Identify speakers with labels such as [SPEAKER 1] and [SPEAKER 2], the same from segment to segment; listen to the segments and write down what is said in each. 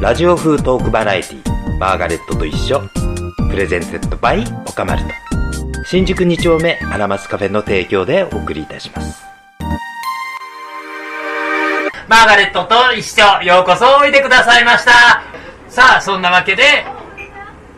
[SPEAKER 1] ラジオ風トークバラエティマーガレットと一緒プレゼンセットバイオカマルト新宿2丁目アナマスカフェの提供でお送りいたします
[SPEAKER 2] マーガレットと一緒ようこそおいでくださいましたさあそんなわけで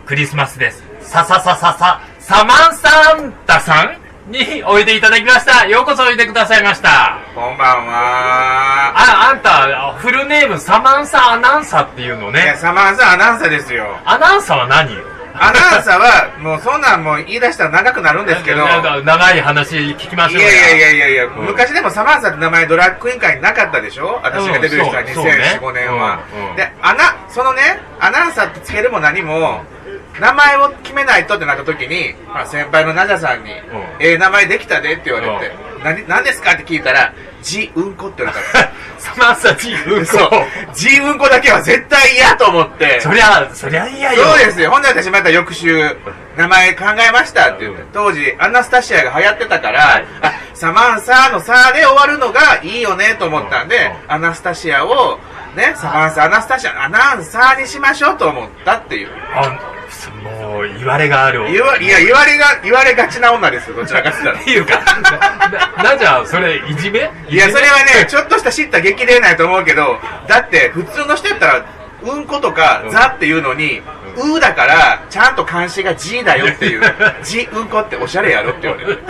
[SPEAKER 2] クリスマスですさささささサマンサンタさんにおいでいただきましたようこそおいでくださいました
[SPEAKER 3] こんばんは
[SPEAKER 2] ああんたフルネームサマンサアナウンサーっていうの
[SPEAKER 3] い
[SPEAKER 2] ね
[SPEAKER 3] やサマーさんアナウンサーですよ
[SPEAKER 2] アナウンサーは何よ
[SPEAKER 3] アナウンサーはもうそんなんもう言い出したら長くなるんですけどい
[SPEAKER 2] なん
[SPEAKER 3] や
[SPEAKER 2] か長い話聞きま
[SPEAKER 3] い
[SPEAKER 2] しょうよ
[SPEAKER 3] やいやいやいや、
[SPEAKER 2] ん
[SPEAKER 3] 昔でもサマーさんって名前ドラッグイン界になかったでしょ私がデビューした
[SPEAKER 2] うんそうそうね
[SPEAKER 3] 2005年は、
[SPEAKER 2] うんうん
[SPEAKER 3] でアナそのねアナウンサーってつけるも何も名前を決めないとってなった時に、まあ、先輩のナジャさんに「ええ名前できたで」って言われて「何何ですか?」って聞いたら「ジうんこ」って言われた
[SPEAKER 2] サマンサジウンコ
[SPEAKER 3] そうジうんこだけは絶対嫌と思って
[SPEAKER 2] そりゃそりゃ嫌よ
[SPEAKER 3] そうですよ。ほんで私また翌週、名前考えましたって言って
[SPEAKER 2] うん、
[SPEAKER 3] 当時アナスタシアが流行ってたから、
[SPEAKER 2] はい
[SPEAKER 3] あ、サマンサーのサーで終わるのがいいよねと思ったんで、
[SPEAKER 2] う
[SPEAKER 3] アナスタシアを、ね、サマンサー、アナスタシア、アナンサーにしましょうと思ったっていう。
[SPEAKER 2] あそもう言われがある
[SPEAKER 3] 言わ、いや、言われが、言われがちな女ですよ、どちらかって言
[SPEAKER 2] っ
[SPEAKER 3] っ
[SPEAKER 2] たていうか、な、なじゃあ、それ、いじめ
[SPEAKER 3] ら。いや、それは ね、ちょっとした知った激励ないと思うけど、だって普通の人やったら、うんことか、
[SPEAKER 2] うん、
[SPEAKER 3] ざっていうのに、うだから、ちゃんと漢詞が G だよ っていう G うんこっておしゃれやろって言われる。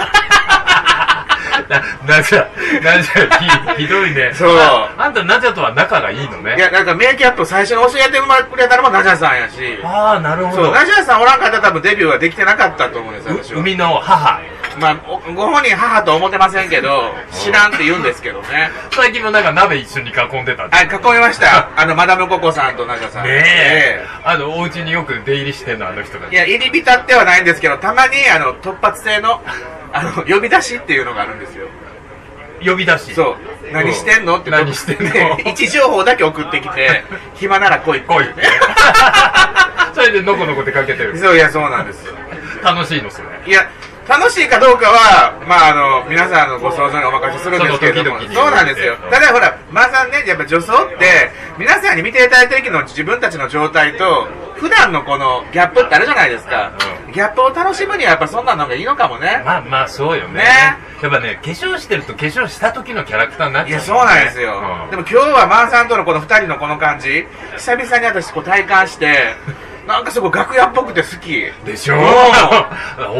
[SPEAKER 2] な、なじゃ、なじゃ、ひ、ひどいね。
[SPEAKER 3] そう
[SPEAKER 2] ああんた、なじゃとは仲がいいのね。
[SPEAKER 3] いや、なんかメイキャップ最初に教えてくれたのもナジャさんやし。
[SPEAKER 2] ああ、なるほ
[SPEAKER 3] そう、
[SPEAKER 2] ど。
[SPEAKER 3] ナジャさんおらんかったら多分デビューはできてなかったと思うんですよ、私
[SPEAKER 2] う
[SPEAKER 3] は。
[SPEAKER 2] 海の母。
[SPEAKER 3] まあ、おご本人母とは思ってませんけど、知らんって言うんですけどね。
[SPEAKER 2] 最近もなんか鍋一緒に囲んでたって
[SPEAKER 3] はい、囲みました。あの、マダムココさんとナジャさん。
[SPEAKER 2] ねえ
[SPEAKER 3] え。
[SPEAKER 2] あの、お家によく出入りしてんの、あの人た
[SPEAKER 3] えい
[SPEAKER 2] ち。
[SPEAKER 3] や、入り浸ってはないんですけど、たまに、あの、突発性の、あの、呼び出しっていうのがあるんですよ。
[SPEAKER 2] 呼び出し。
[SPEAKER 3] そう。何してんのって。
[SPEAKER 2] 何してんの
[SPEAKER 3] ね位置情報だけ送ってきて、暇なら来いって。
[SPEAKER 2] 来 いって。それで、のこのこ出かけてる。
[SPEAKER 3] そう、いや、そうなんですよ。
[SPEAKER 2] 楽しいの、それ。
[SPEAKER 3] いや、楽しいかどうかは、まあ、あの、皆さんのご想像にお任せするんですけれども、
[SPEAKER 2] ちょっとドキドキ
[SPEAKER 3] そうなんですよ。ただほら、まあさんね、やっぱ女装って、皆さんに見ていただいた時の自分たちの状態と、普段のこのギャップってあるじゃないですか。ギャップを楽しむにはやっぱそんなのがいいのかもね。
[SPEAKER 2] まあまあ、そうよね
[SPEAKER 3] ね。
[SPEAKER 2] やっぱね、化粧してると化粧した時のキャラクターになっ
[SPEAKER 3] い
[SPEAKER 2] ちゃう
[SPEAKER 3] や、
[SPEAKER 2] ね。
[SPEAKER 3] そうなんですよ。
[SPEAKER 2] うん
[SPEAKER 3] でも今日はまあさんとのこの二人のこの感じ、久々に私こう体感して、 なんかすごい楽屋っぽくて好き。
[SPEAKER 2] でしょ
[SPEAKER 3] うん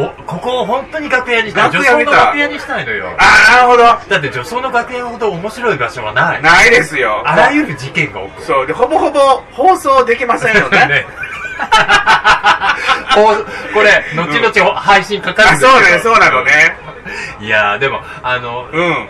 [SPEAKER 2] おここを本当に楽屋にしたい女
[SPEAKER 3] 楽屋
[SPEAKER 2] 装
[SPEAKER 3] みた
[SPEAKER 2] の
[SPEAKER 3] い
[SPEAKER 2] 楽屋にしたいのよ
[SPEAKER 3] ああ、なるほど。
[SPEAKER 2] だって女装の楽屋ほど面白い場所はない
[SPEAKER 3] ないですよ。
[SPEAKER 2] あらゆる事件が起こ
[SPEAKER 3] そう。で、ほぼほぼ放送できませんよ
[SPEAKER 2] る ねこうこれ後々配信かかる
[SPEAKER 3] あ、
[SPEAKER 2] ん
[SPEAKER 3] そう
[SPEAKER 2] です
[SPEAKER 3] ね、
[SPEAKER 2] けど
[SPEAKER 3] そうなのね。
[SPEAKER 2] いやーでもあの、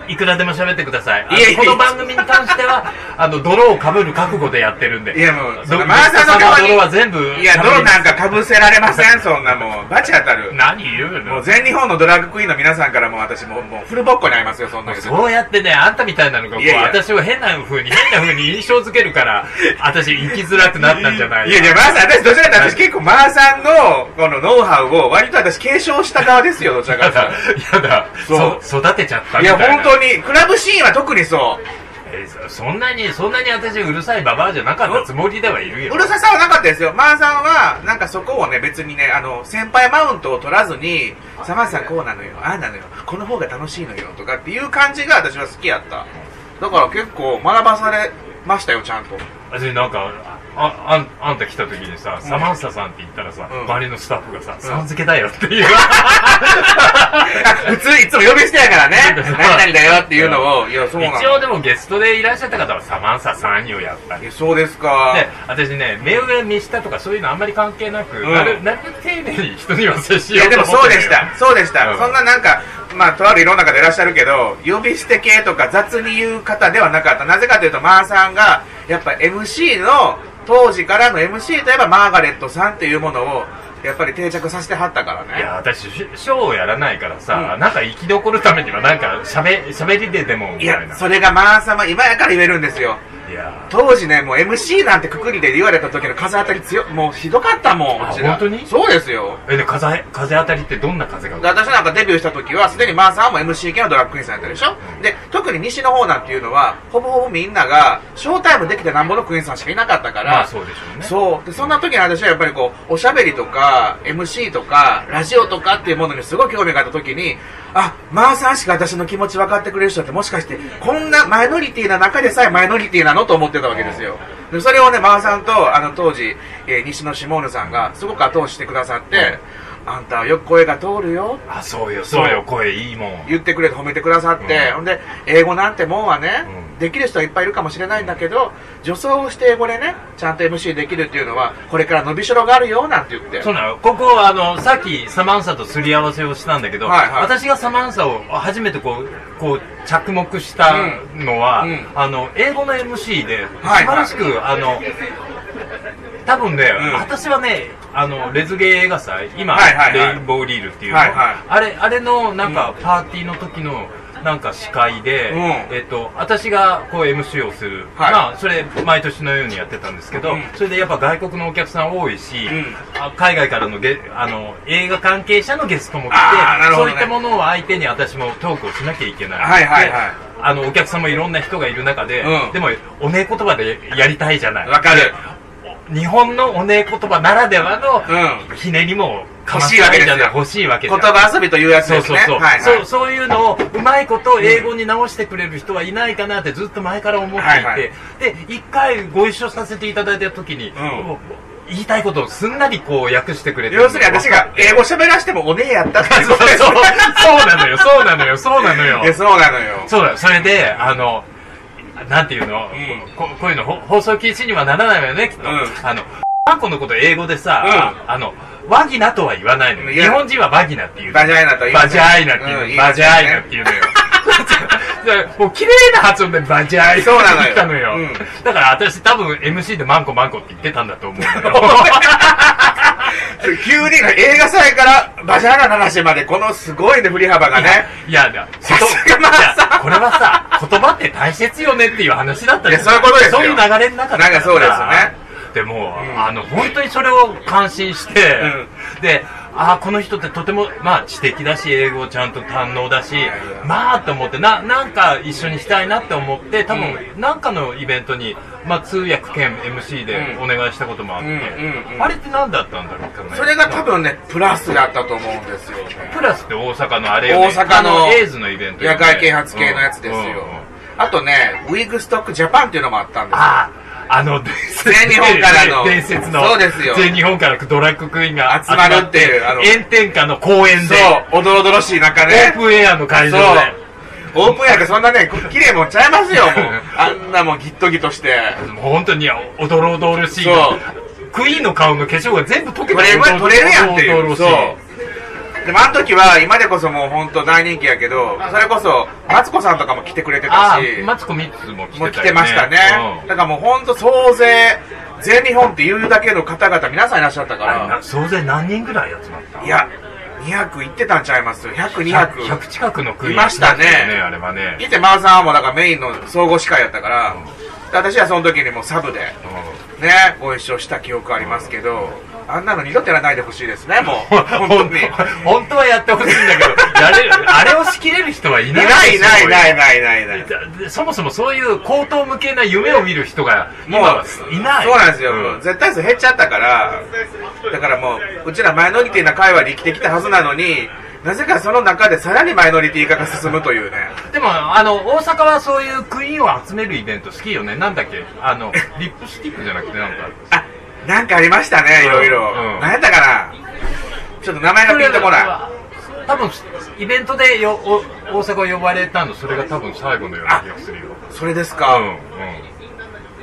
[SPEAKER 3] う
[SPEAKER 2] いくらでも喋ってくださいあの
[SPEAKER 3] いやいや
[SPEAKER 2] この番組に関して はあの泥をかぶる覚悟でやってるんで
[SPEAKER 3] いやもうそ
[SPEAKER 2] ど
[SPEAKER 3] のマーサーの代わり
[SPEAKER 2] 泥は全部
[SPEAKER 3] いや、
[SPEAKER 2] 被り
[SPEAKER 3] 泥
[SPEAKER 2] ます
[SPEAKER 3] なんか被せられません、そんなもう。バチ当たる。
[SPEAKER 2] 何言うの
[SPEAKER 3] もう全日本のドラッグクイーンの皆さんからもう私もう、もうフルボッコに会いますよ、そんなの
[SPEAKER 2] そうやってね、あんたみたいなのがこう
[SPEAKER 3] いやいや
[SPEAKER 2] 私を変な風に、変な風に印象付けるから、 私生きづらくなったんじゃない
[SPEAKER 3] いやいや、マーさん、私どちらかというと私結構マーさんの、このノウハウを割と私継承した側ですよ、どちらか
[SPEAKER 2] や
[SPEAKER 3] と
[SPEAKER 2] だ
[SPEAKER 3] いう、
[SPEAKER 2] やだ、
[SPEAKER 3] そう
[SPEAKER 2] そ育てちゃった
[SPEAKER 3] と。い
[SPEAKER 2] みた
[SPEAKER 3] や、
[SPEAKER 2] いな。
[SPEAKER 3] 本当に、クラブシーンは特にそ
[SPEAKER 2] えそそんなに、そんなに私うるさいババアじゃなかったつもりではいる
[SPEAKER 3] う。
[SPEAKER 2] よ。
[SPEAKER 3] うるささはなかったですよ。マーさんは、なんかそこをね、別にね、あの、先輩マウントを取らずに、さまさんこうなのよ、ああなのよ、この方が楽しいのよ、とかっていう感じが私は好きやった。だから結構学ばされましたよ、ちゃんと。
[SPEAKER 2] 私なんか、あ、あん、あんた来た時にさ、サマンサさんって言ったらさ、
[SPEAKER 3] うん
[SPEAKER 2] 周りのスタッフがさ、さん付けだよっていう。
[SPEAKER 3] 普通いつも呼び捨てやからね何々だよっていうのをいやそうなの
[SPEAKER 2] 一応でもゲストでいらっしゃった方はサマンサさんをやったり
[SPEAKER 3] いやそうですか
[SPEAKER 2] で私ね目上目下とかそういうのあんまり関係なく、
[SPEAKER 3] うん
[SPEAKER 2] なるなるべく丁寧に人には接し
[SPEAKER 3] い
[SPEAKER 2] よ
[SPEAKER 3] や
[SPEAKER 2] う
[SPEAKER 3] で
[SPEAKER 2] と
[SPEAKER 3] も
[SPEAKER 2] 思っ
[SPEAKER 3] そう
[SPEAKER 2] て
[SPEAKER 3] で
[SPEAKER 2] るよ
[SPEAKER 3] したそうでした、
[SPEAKER 2] うん
[SPEAKER 3] そんななんかまあとあるいろんな方いらっしゃるけど呼び捨て系とか雑に言う方ではなかったなぜかというとマーさんがやっぱ MC の当時からの MC といえばマーガレットさんっていうものをやっぱり定着させてはったから
[SPEAKER 2] い
[SPEAKER 3] ね
[SPEAKER 2] や私ショーをやらないからさ、
[SPEAKER 3] うん
[SPEAKER 2] なんか生き残るためにはなんかしゃべりででもみ
[SPEAKER 3] い
[SPEAKER 2] たい
[SPEAKER 3] や
[SPEAKER 2] な
[SPEAKER 3] それがマー様今やから言えるんですよ
[SPEAKER 2] いや
[SPEAKER 3] 当時ね、もう MC なんてくくりで言われた時の風当たり強い、もうひどかったもん、
[SPEAKER 2] あ
[SPEAKER 3] うちら。
[SPEAKER 2] 本当に
[SPEAKER 3] そうですよ。
[SPEAKER 2] ーえで風風当たりってどんな風が
[SPEAKER 3] で私なんかデビューした時は、すでにマーサーも MC 系のドラッグクイーンさんやったでしょで、特に西の方なんていうのは、ほぼほぼみんなが、ショータイムできてなんぼのクイーンさんしかいなかったから、
[SPEAKER 2] まあそうでしょうね
[SPEAKER 3] そうでそんな時に私はやっぱりこうおしゃべりとか MC とかラジオとかっていうものにすごい興味があった時にあマーさんしか私の気持ち分かってくれる人ってもしかしてこんなマイノリティな中でさえマイノリティなのと思ってたわけですよでそれをねマーさんとあの当時、えー西野下野さんがすごく後押ししてくださって、あんたはよく声が通るよ
[SPEAKER 2] あそうよそうよ声いいもん
[SPEAKER 3] 言ってくれて褒めてくださって、
[SPEAKER 2] うん
[SPEAKER 3] ほんで英語なんてもんはね、
[SPEAKER 2] うん
[SPEAKER 3] できる人はいっぱいいるかもしれないんだけど女装をして英語でねちゃんと MC できるっていうのはこれから伸びしろがあるよなんて言って
[SPEAKER 2] そうなのここあのさっきサマンサとすり合わせをしたんだけど、
[SPEAKER 3] はいはい
[SPEAKER 2] 私がサマンサを初めてこうこう着目したのは、
[SPEAKER 3] うんうん
[SPEAKER 2] あの英語の MC で素
[SPEAKER 3] はい
[SPEAKER 2] 晴らしく、あの多分ね、
[SPEAKER 3] うん
[SPEAKER 2] 私はねあのレズゲー映画祭今、
[SPEAKER 3] はいはいはい
[SPEAKER 2] レインボーリールっていうの、
[SPEAKER 3] はいはい
[SPEAKER 2] あれあれのなんか、パーティーの時のなんか司会で、
[SPEAKER 3] うん
[SPEAKER 2] えっと私がこう MC をする、
[SPEAKER 3] はい
[SPEAKER 2] まあそれ毎年のようにやってたんですけど、
[SPEAKER 3] うん
[SPEAKER 2] それでやっぱ外国のお客さん多いし、
[SPEAKER 3] うん
[SPEAKER 2] あ海外からのゲあの映画関係者のゲストも来て、
[SPEAKER 3] あーなるほ
[SPEAKER 2] そ
[SPEAKER 3] ど
[SPEAKER 2] う
[SPEAKER 3] ね
[SPEAKER 2] いったものを相手に私もトークをしなきゃいけない、
[SPEAKER 3] はいはいはい
[SPEAKER 2] であのお客さんもいろんな人がいる中で、
[SPEAKER 3] うん
[SPEAKER 2] でもおねえ言葉でやりたいじゃない
[SPEAKER 3] わかる
[SPEAKER 2] 日本のおねえ言葉ならではのひねりもかましないじゃない
[SPEAKER 3] 欲
[SPEAKER 2] 欲しいわけ
[SPEAKER 3] 言
[SPEAKER 2] じゃない
[SPEAKER 3] 葉遊びというやつ
[SPEAKER 2] そ
[SPEAKER 3] で
[SPEAKER 2] う
[SPEAKER 3] す
[SPEAKER 2] そう
[SPEAKER 3] ね
[SPEAKER 2] そう、
[SPEAKER 3] はいはい
[SPEAKER 2] そうそういうのをうまいこと英語に直してくれる人はいないかなってずっと前から思っていて、
[SPEAKER 3] はいはい
[SPEAKER 2] で一回ご一緒させていただいた時に、
[SPEAKER 3] ん
[SPEAKER 2] もう言いたいことをすんなりこう訳してくれて
[SPEAKER 3] 要するに私が英語喋らしてもおねえやったってい
[SPEAKER 2] そうう そう
[SPEAKER 3] ことです
[SPEAKER 2] そう
[SPEAKER 3] ね
[SPEAKER 2] なのよそうなの よそうなのよ
[SPEAKER 3] いやそうなのよ
[SPEAKER 2] そうだよそれであのなんていうの、
[SPEAKER 3] うん
[SPEAKER 2] ここういうのほ放送禁止にはならないわよねきっと、
[SPEAKER 3] うん
[SPEAKER 2] あのマコのこと英語でさ、
[SPEAKER 3] うん
[SPEAKER 2] あのワギナとは言わないのよ
[SPEAKER 3] いや
[SPEAKER 2] 日本人はバギナっていう
[SPEAKER 3] バジャイナと言いま
[SPEAKER 2] バ
[SPEAKER 3] すね
[SPEAKER 2] ジャイナっていううんの、
[SPEAKER 3] 言いま
[SPEAKER 2] バ
[SPEAKER 3] す
[SPEAKER 2] ジ
[SPEAKER 3] ね
[SPEAKER 2] ャイナっていうのよ もう綺麗な発音でバジャイナ
[SPEAKER 3] そうなの
[SPEAKER 2] っ
[SPEAKER 3] よ
[SPEAKER 2] て言ったのよ、
[SPEAKER 3] うん
[SPEAKER 2] だから私多分 MC でマンコマンコって言ってたんだと思うの よ
[SPEAKER 3] 急に映画祭からバジャイナの話までこのすごいね振り幅がね
[SPEAKER 2] いやいや
[SPEAKER 3] さすがマーサー
[SPEAKER 2] いやこれはさ言葉って大切よねっていう話だった
[SPEAKER 3] いやそういうことですよ
[SPEAKER 2] そういう流れの中だった
[SPEAKER 3] なんかそうですよね
[SPEAKER 2] でも、
[SPEAKER 3] ん
[SPEAKER 2] あの本当にそれを感心して、でああこの人ってとても、まあ、知的だし英語ちゃんと堪能だしまあと思ってななんか一緒にしたいなって思って多分、なんかのイベントに、まあ、通訳兼 MC で
[SPEAKER 3] うん
[SPEAKER 2] お願いしたこともあって、
[SPEAKER 3] うんうんうん
[SPEAKER 2] あれって何だったんだろうかね
[SPEAKER 3] それが多分ねプラスだったと思うんですよ
[SPEAKER 2] プラスって大阪のあれよ、ね、
[SPEAKER 3] 大阪の
[SPEAKER 2] あエイズのイベントよ
[SPEAKER 3] 野
[SPEAKER 2] ね
[SPEAKER 3] 外啓発系のやつですよ、
[SPEAKER 2] うんうんうん
[SPEAKER 3] あとねウィークストックジャパンっていうのもあったんですよ
[SPEAKER 2] あああの伝説
[SPEAKER 3] 全日本からの
[SPEAKER 2] 伝説の
[SPEAKER 3] そうですよ
[SPEAKER 2] 全日本からドラッグクイーンが
[SPEAKER 3] 集まるっていうあの
[SPEAKER 2] 炎天下の公園で
[SPEAKER 3] そうおどろどろしい中
[SPEAKER 2] オ
[SPEAKER 3] ね
[SPEAKER 2] ープンエアの会場
[SPEAKER 3] そう
[SPEAKER 2] で
[SPEAKER 3] オープンやからそんなね綺麗もんちゃいますよもうあんなもんギットギトして
[SPEAKER 2] もう本当におどろおどろしい
[SPEAKER 3] そう
[SPEAKER 2] クイーンの顔の化粧が全部溶けて
[SPEAKER 3] 取れる取れるやんって
[SPEAKER 2] おど
[SPEAKER 3] い
[SPEAKER 2] ろおどろ
[SPEAKER 3] う
[SPEAKER 2] しい
[SPEAKER 3] そうでもあの時は今でこそもう本当大人気やけどそれこそマツコさんとかも来てくれてた
[SPEAKER 2] あ
[SPEAKER 3] し
[SPEAKER 2] マツコミッツも来てたよね
[SPEAKER 3] もう来てましたね、
[SPEAKER 2] うん
[SPEAKER 3] だからもう本当総勢全日本っていうだけの方々皆さんいらっしゃったか
[SPEAKER 2] あれ
[SPEAKER 3] ら
[SPEAKER 2] な総勢何人ぐらい集まった
[SPEAKER 3] いや、200いってたんちゃいます
[SPEAKER 2] 100
[SPEAKER 3] ?100、
[SPEAKER 2] 100
[SPEAKER 3] 200。
[SPEAKER 2] 近くのクイーン
[SPEAKER 3] いましたね
[SPEAKER 2] いあれはね
[SPEAKER 3] いて、マーさんはもうだからメインの総合司会やったから、で私はその時にもうサブで、
[SPEAKER 2] うん
[SPEAKER 3] ね、ご一緒した記憶ありますけど、あんなの二度とやらないでほしいですね、も う。本当に。い
[SPEAKER 2] 本当はやってほしいんだけどやれるあれを仕切れる人はいない
[SPEAKER 3] ないいないいないいいないいないいない。
[SPEAKER 2] そもそもそういう高等無形な夢を見る人が今
[SPEAKER 3] もう
[SPEAKER 2] はいない
[SPEAKER 3] そうなんですよ、
[SPEAKER 2] うん
[SPEAKER 3] 絶対数減っちゃったからだからもううちらマイノリティな界隈で生きてきたはずなのになぜかその中でさらにマイノリティ化が進むというね
[SPEAKER 2] でもあの大阪はそういうクイーンを集めるイベント好きよねなんだっけあのリップスティックじゃなくてなんか
[SPEAKER 3] あなんかありましたねいろいろ、
[SPEAKER 2] うん
[SPEAKER 3] 何やったかなちょっと名前がピンとこない
[SPEAKER 2] 多分イベントでよお大阪を呼ばれたのそれが多分最後のような気がするよ
[SPEAKER 3] それです
[SPEAKER 2] う
[SPEAKER 3] か、
[SPEAKER 2] んうん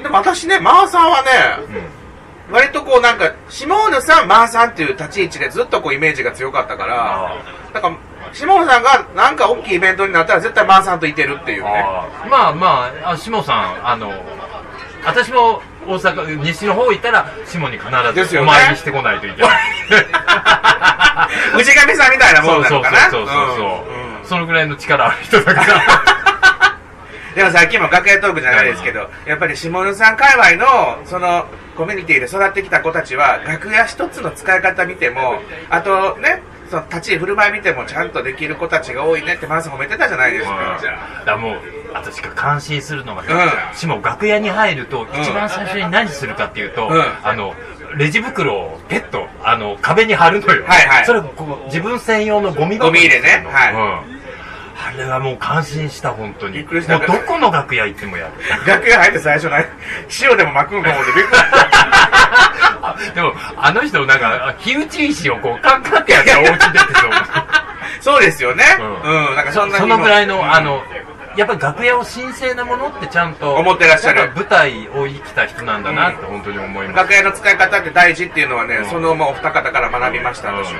[SPEAKER 3] でも私ねマーさんはね
[SPEAKER 2] うん
[SPEAKER 3] 割とこうなんかシモーヌさんマーさんっていう立ち位置でずっとこうイメージが強かったから
[SPEAKER 2] あ
[SPEAKER 3] だからシモーヌさんがなんか大きいイベントになったら絶対マーさんといてるっていうね
[SPEAKER 2] あーまあまああ下さんあの私も大阪西の方行ったら下に必
[SPEAKER 3] です
[SPEAKER 2] ず
[SPEAKER 3] よ
[SPEAKER 2] お
[SPEAKER 3] ね
[SPEAKER 2] 参りしてこないといけない
[SPEAKER 3] 氏神さんみたいなも
[SPEAKER 2] そうそ
[SPEAKER 3] んなの
[SPEAKER 2] う
[SPEAKER 3] かな
[SPEAKER 2] そうそうそう、
[SPEAKER 3] うんうん
[SPEAKER 2] そのぐらいの力ある人だから
[SPEAKER 3] でもさっきも楽屋トークじゃないですけど、やっぱり下野さん界隈の、その、コミュニティで育ってきた子たちは、楽屋一つの使い方見ても、あとね、その立ち居振る舞い見てもちゃんとできる子たちが多いねってマース褒めてたじゃないです
[SPEAKER 2] だ
[SPEAKER 3] か。
[SPEAKER 2] からもう私が感心するのが
[SPEAKER 3] うん
[SPEAKER 2] しも楽屋に入ると
[SPEAKER 3] ん
[SPEAKER 2] 一番最初に何するかっていうと、
[SPEAKER 3] うん
[SPEAKER 2] あのレジ袋をペットあの壁に貼るのよ、
[SPEAKER 3] はいはい
[SPEAKER 2] それをこう自分専用のゴミ箱に
[SPEAKER 3] ゴミ入れね
[SPEAKER 2] するの
[SPEAKER 3] はい
[SPEAKER 2] うんあれはもう感心した本当に
[SPEAKER 3] びっくりした
[SPEAKER 2] もうどこの楽屋行ってもやる
[SPEAKER 3] 楽屋入って最初な、塩でも巻くんか思ってびっくりした。
[SPEAKER 2] あでもあの人なんか火打ち石をこうカンカンってやってお家出てそう
[SPEAKER 3] そうですよね。う
[SPEAKER 2] うん
[SPEAKER 3] ん、なんかそんな
[SPEAKER 2] そのぐらいの、あ
[SPEAKER 3] の、
[SPEAKER 2] の、やっぱり楽屋を神聖なものってちゃんと
[SPEAKER 3] 思ってらっしゃる
[SPEAKER 2] やぱ舞台を生きた人なんだなって本当に思います。
[SPEAKER 3] 楽屋の使い方って大事っていうのはね、
[SPEAKER 2] ん
[SPEAKER 3] そのまあお二方から学びました、
[SPEAKER 2] う
[SPEAKER 3] 私は。
[SPEAKER 2] ん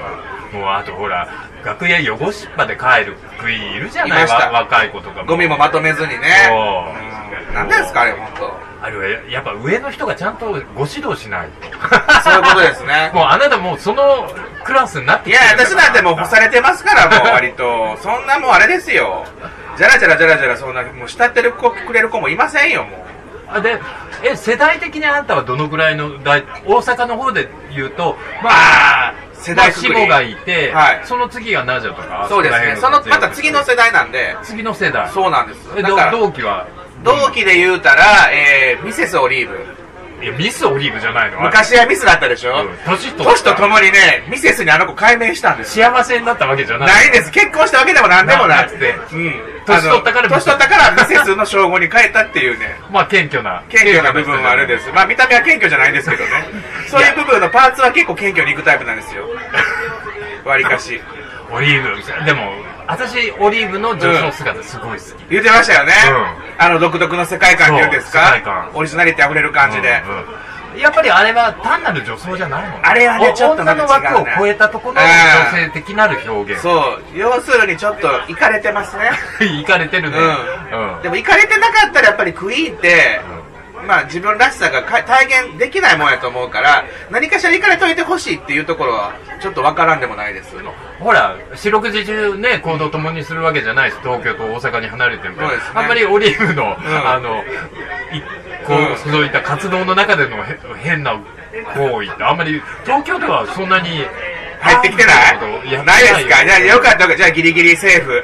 [SPEAKER 2] もうあとほら、楽屋汚しっぱで帰る食いいるじゃない
[SPEAKER 3] いました
[SPEAKER 2] わ若い子とかも。
[SPEAKER 3] ゴミもまとめずにね。
[SPEAKER 2] そう
[SPEAKER 3] うんなんですか、あれ、本当。
[SPEAKER 2] あれはややっぱ上の人がちゃんとご指導し ないと。
[SPEAKER 3] そういうことですね
[SPEAKER 2] もうあなたもうそのクラスになって
[SPEAKER 3] い
[SPEAKER 2] き
[SPEAKER 3] や
[SPEAKER 2] て、るんだから
[SPEAKER 3] 私なんてもう干されてますから、 もう割と。そんなもうあれですよ。じゃらじゃらじゃらじゃら、そんな、もう慕ってる子くれる子もいませんよ、もう。
[SPEAKER 2] あでえ世代的にあんたはどのぐらいの大大阪の方で言うとまあ
[SPEAKER 3] あー世代くくり
[SPEAKER 2] まあ下がいて、
[SPEAKER 3] はい
[SPEAKER 2] その次がナジャとか
[SPEAKER 3] そうですね。その、また次の世代なんで。
[SPEAKER 2] 次の世代
[SPEAKER 3] そうなんです。
[SPEAKER 2] え
[SPEAKER 3] だ
[SPEAKER 2] ど
[SPEAKER 3] から、
[SPEAKER 2] 同期は
[SPEAKER 3] 同期で言うたら、えー、ミセスオリーブ。
[SPEAKER 2] いやミスオリーブじゃないのあれ
[SPEAKER 3] 昔はミスだったでしょ、
[SPEAKER 2] うん年と
[SPEAKER 3] 年とともにね、ミセスにあの子改名したんですよ。
[SPEAKER 2] 幸せになったわけじゃない
[SPEAKER 3] ないです。結婚したわけでもなんでもな
[SPEAKER 2] ななく
[SPEAKER 3] く
[SPEAKER 2] て
[SPEAKER 3] て。うん。
[SPEAKER 2] 年取ったから
[SPEAKER 3] あの年取ったからミセスの称号に変えたっていうね。
[SPEAKER 2] まあ謙虚な
[SPEAKER 3] 謙虚な部分はあるんですす。まあ見た目は謙虚じゃないんですけどね。そういう部分のパーツは結構謙虚に行くタイプなんですよ。わりかし。
[SPEAKER 2] オリーブでも私オリーブの女装姿すごい好き、
[SPEAKER 3] 言ってましたよね。あの独特の世界観っていうんですか
[SPEAKER 2] そう世界観
[SPEAKER 3] オリジナリティ溢れる感じで。
[SPEAKER 2] うんうんやっぱりあれは単なる女装じゃないもんね
[SPEAKER 3] あれはね
[SPEAKER 2] お
[SPEAKER 3] ちょっと
[SPEAKER 2] 女
[SPEAKER 3] また
[SPEAKER 2] の
[SPEAKER 3] 違うね
[SPEAKER 2] 枠を超えたところの女性的なる表現
[SPEAKER 3] そう。要するにちょっと行かれてますね。
[SPEAKER 2] 行かれてるね、
[SPEAKER 3] うん
[SPEAKER 2] う
[SPEAKER 3] でも行かれてなかったらやっぱりクイーンって、まあ自分らしさがか体現できないもんやと思うから、何かしら行かれといてほしいっていうところは、ちょっとわからんでもないです。
[SPEAKER 2] んほら四六時中ね行動共にするわけじゃないし東京と大阪に離れてるから、
[SPEAKER 3] そうですね
[SPEAKER 2] あんまりオリーブの、
[SPEAKER 3] ん
[SPEAKER 2] あのいこう、
[SPEAKER 3] うん
[SPEAKER 2] そういった活動の中でのへ変な行為ってあんまり東京ではそんなに
[SPEAKER 3] 入ってきてない
[SPEAKER 2] やって
[SPEAKER 3] ないですかじゃあよ
[SPEAKER 2] よ
[SPEAKER 3] かったよかったじゃあギリギリセーフ。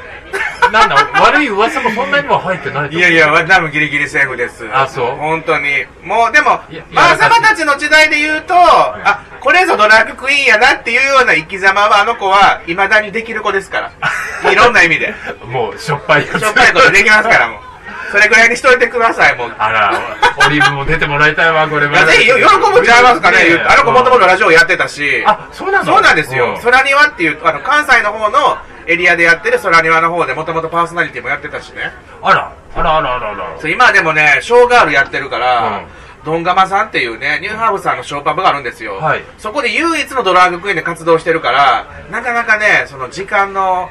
[SPEAKER 2] なんだ悪い噂もそんなにも入ってないと思う
[SPEAKER 3] いやいや、多分ギリギリセーフです。
[SPEAKER 2] あそう
[SPEAKER 3] 本当に。もうでも
[SPEAKER 2] いや、
[SPEAKER 3] まあ様たちの時代で言うと、あ、これぞドラッグクイーンやなっていうような生き様はあの子は未だにできる子で すから。いろんな意味で。
[SPEAKER 2] もうしょっぱいやつ
[SPEAKER 3] しょっぱいことできますからもう。それぐらいにしといてください、もう。
[SPEAKER 2] あら、オリーブも出てもらいたいわ、これも。
[SPEAKER 3] いやぜひ喜ぶんちゃいますかね、言うあの子もともと
[SPEAKER 2] と。
[SPEAKER 3] ラジオやってたし。
[SPEAKER 2] あ、そうなの
[SPEAKER 3] そうなんですよ。
[SPEAKER 2] それ
[SPEAKER 3] 空庭っていう、あの、関西の方のエリアでやってる空庭の方でもともとパーソナリティもやってたしね。
[SPEAKER 2] あら、あらあらあらあら。
[SPEAKER 3] そう今でもね、ショーガールやってるから、
[SPEAKER 2] うん
[SPEAKER 3] ドンガマさんっていうね、ニューハーフさんのショーパブがあるんですよ。
[SPEAKER 2] はい
[SPEAKER 3] そこで唯一のドラッグクイーンで活動してるから、なかなかね、その時間の、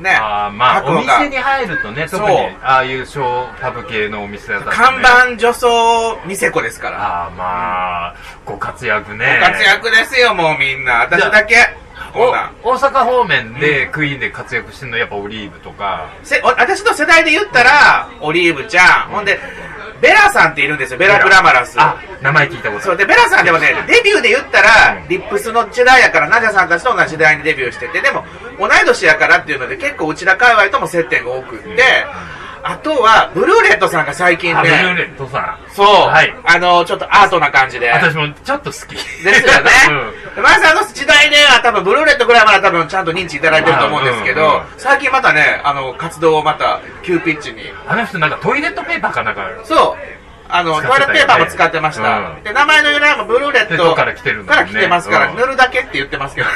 [SPEAKER 3] ね、
[SPEAKER 2] あーまあ、
[SPEAKER 3] 確
[SPEAKER 2] お
[SPEAKER 3] 保が
[SPEAKER 2] 店に入るとね、特に
[SPEAKER 3] そう、
[SPEAKER 2] ああいうショーパブ系のお店だったらね
[SPEAKER 3] 看。板女装店子ですから。
[SPEAKER 2] ああ、まあ、ご活躍ね。
[SPEAKER 3] ご活躍ですよ、もうみんな。私だけ。こんなん。
[SPEAKER 2] お大阪方面でクイーンで活躍してるのやっぱオリーブとか。
[SPEAKER 3] せお私の世代で言ったら、オリーブちゃん、ほんで、ベラさんっているんですよ、ベラグラマラス。
[SPEAKER 2] あ、名前聞いたこと
[SPEAKER 3] そ
[SPEAKER 2] あ
[SPEAKER 3] う
[SPEAKER 2] る。
[SPEAKER 3] で、ベラさんでもね、デビューで言った
[SPEAKER 2] う
[SPEAKER 3] ら
[SPEAKER 2] ん、
[SPEAKER 3] リップスの時代やから、ナジャさんたちと同じ時代にデビューしてて、でも、同い年やからっていうので、結構うちら界隈とも接点が多くって、あとは、ブルーレットさんが最近
[SPEAKER 2] あブルー
[SPEAKER 3] ね、
[SPEAKER 2] レットさん。
[SPEAKER 3] そう、
[SPEAKER 2] はい
[SPEAKER 3] あの、ちょっとアートな感じで。
[SPEAKER 2] 私もちょっと好き。
[SPEAKER 3] ですよね。まずあの時代では多分ブルーレットぐらいまでは多分ちゃんと認知いただいてると思うんですけど、
[SPEAKER 2] うんうんうん
[SPEAKER 3] 最近またね、あの、活動をまた急ピッチに。
[SPEAKER 2] あの人なんかトイレットペーパーかなんか
[SPEAKER 3] そう。あの、
[SPEAKER 2] 使
[SPEAKER 3] ト
[SPEAKER 2] って
[SPEAKER 3] イ
[SPEAKER 2] た
[SPEAKER 3] レ
[SPEAKER 2] よね
[SPEAKER 3] ットペーパーも使ってました。
[SPEAKER 2] うん
[SPEAKER 3] で、名前の由来もブルーレッ
[SPEAKER 2] ペット
[SPEAKER 3] ト
[SPEAKER 2] から来てるんだ
[SPEAKER 3] か
[SPEAKER 2] もん
[SPEAKER 3] ら
[SPEAKER 2] ね
[SPEAKER 3] 来てますから、
[SPEAKER 2] うん
[SPEAKER 3] 塗るだけって言ってますけどね。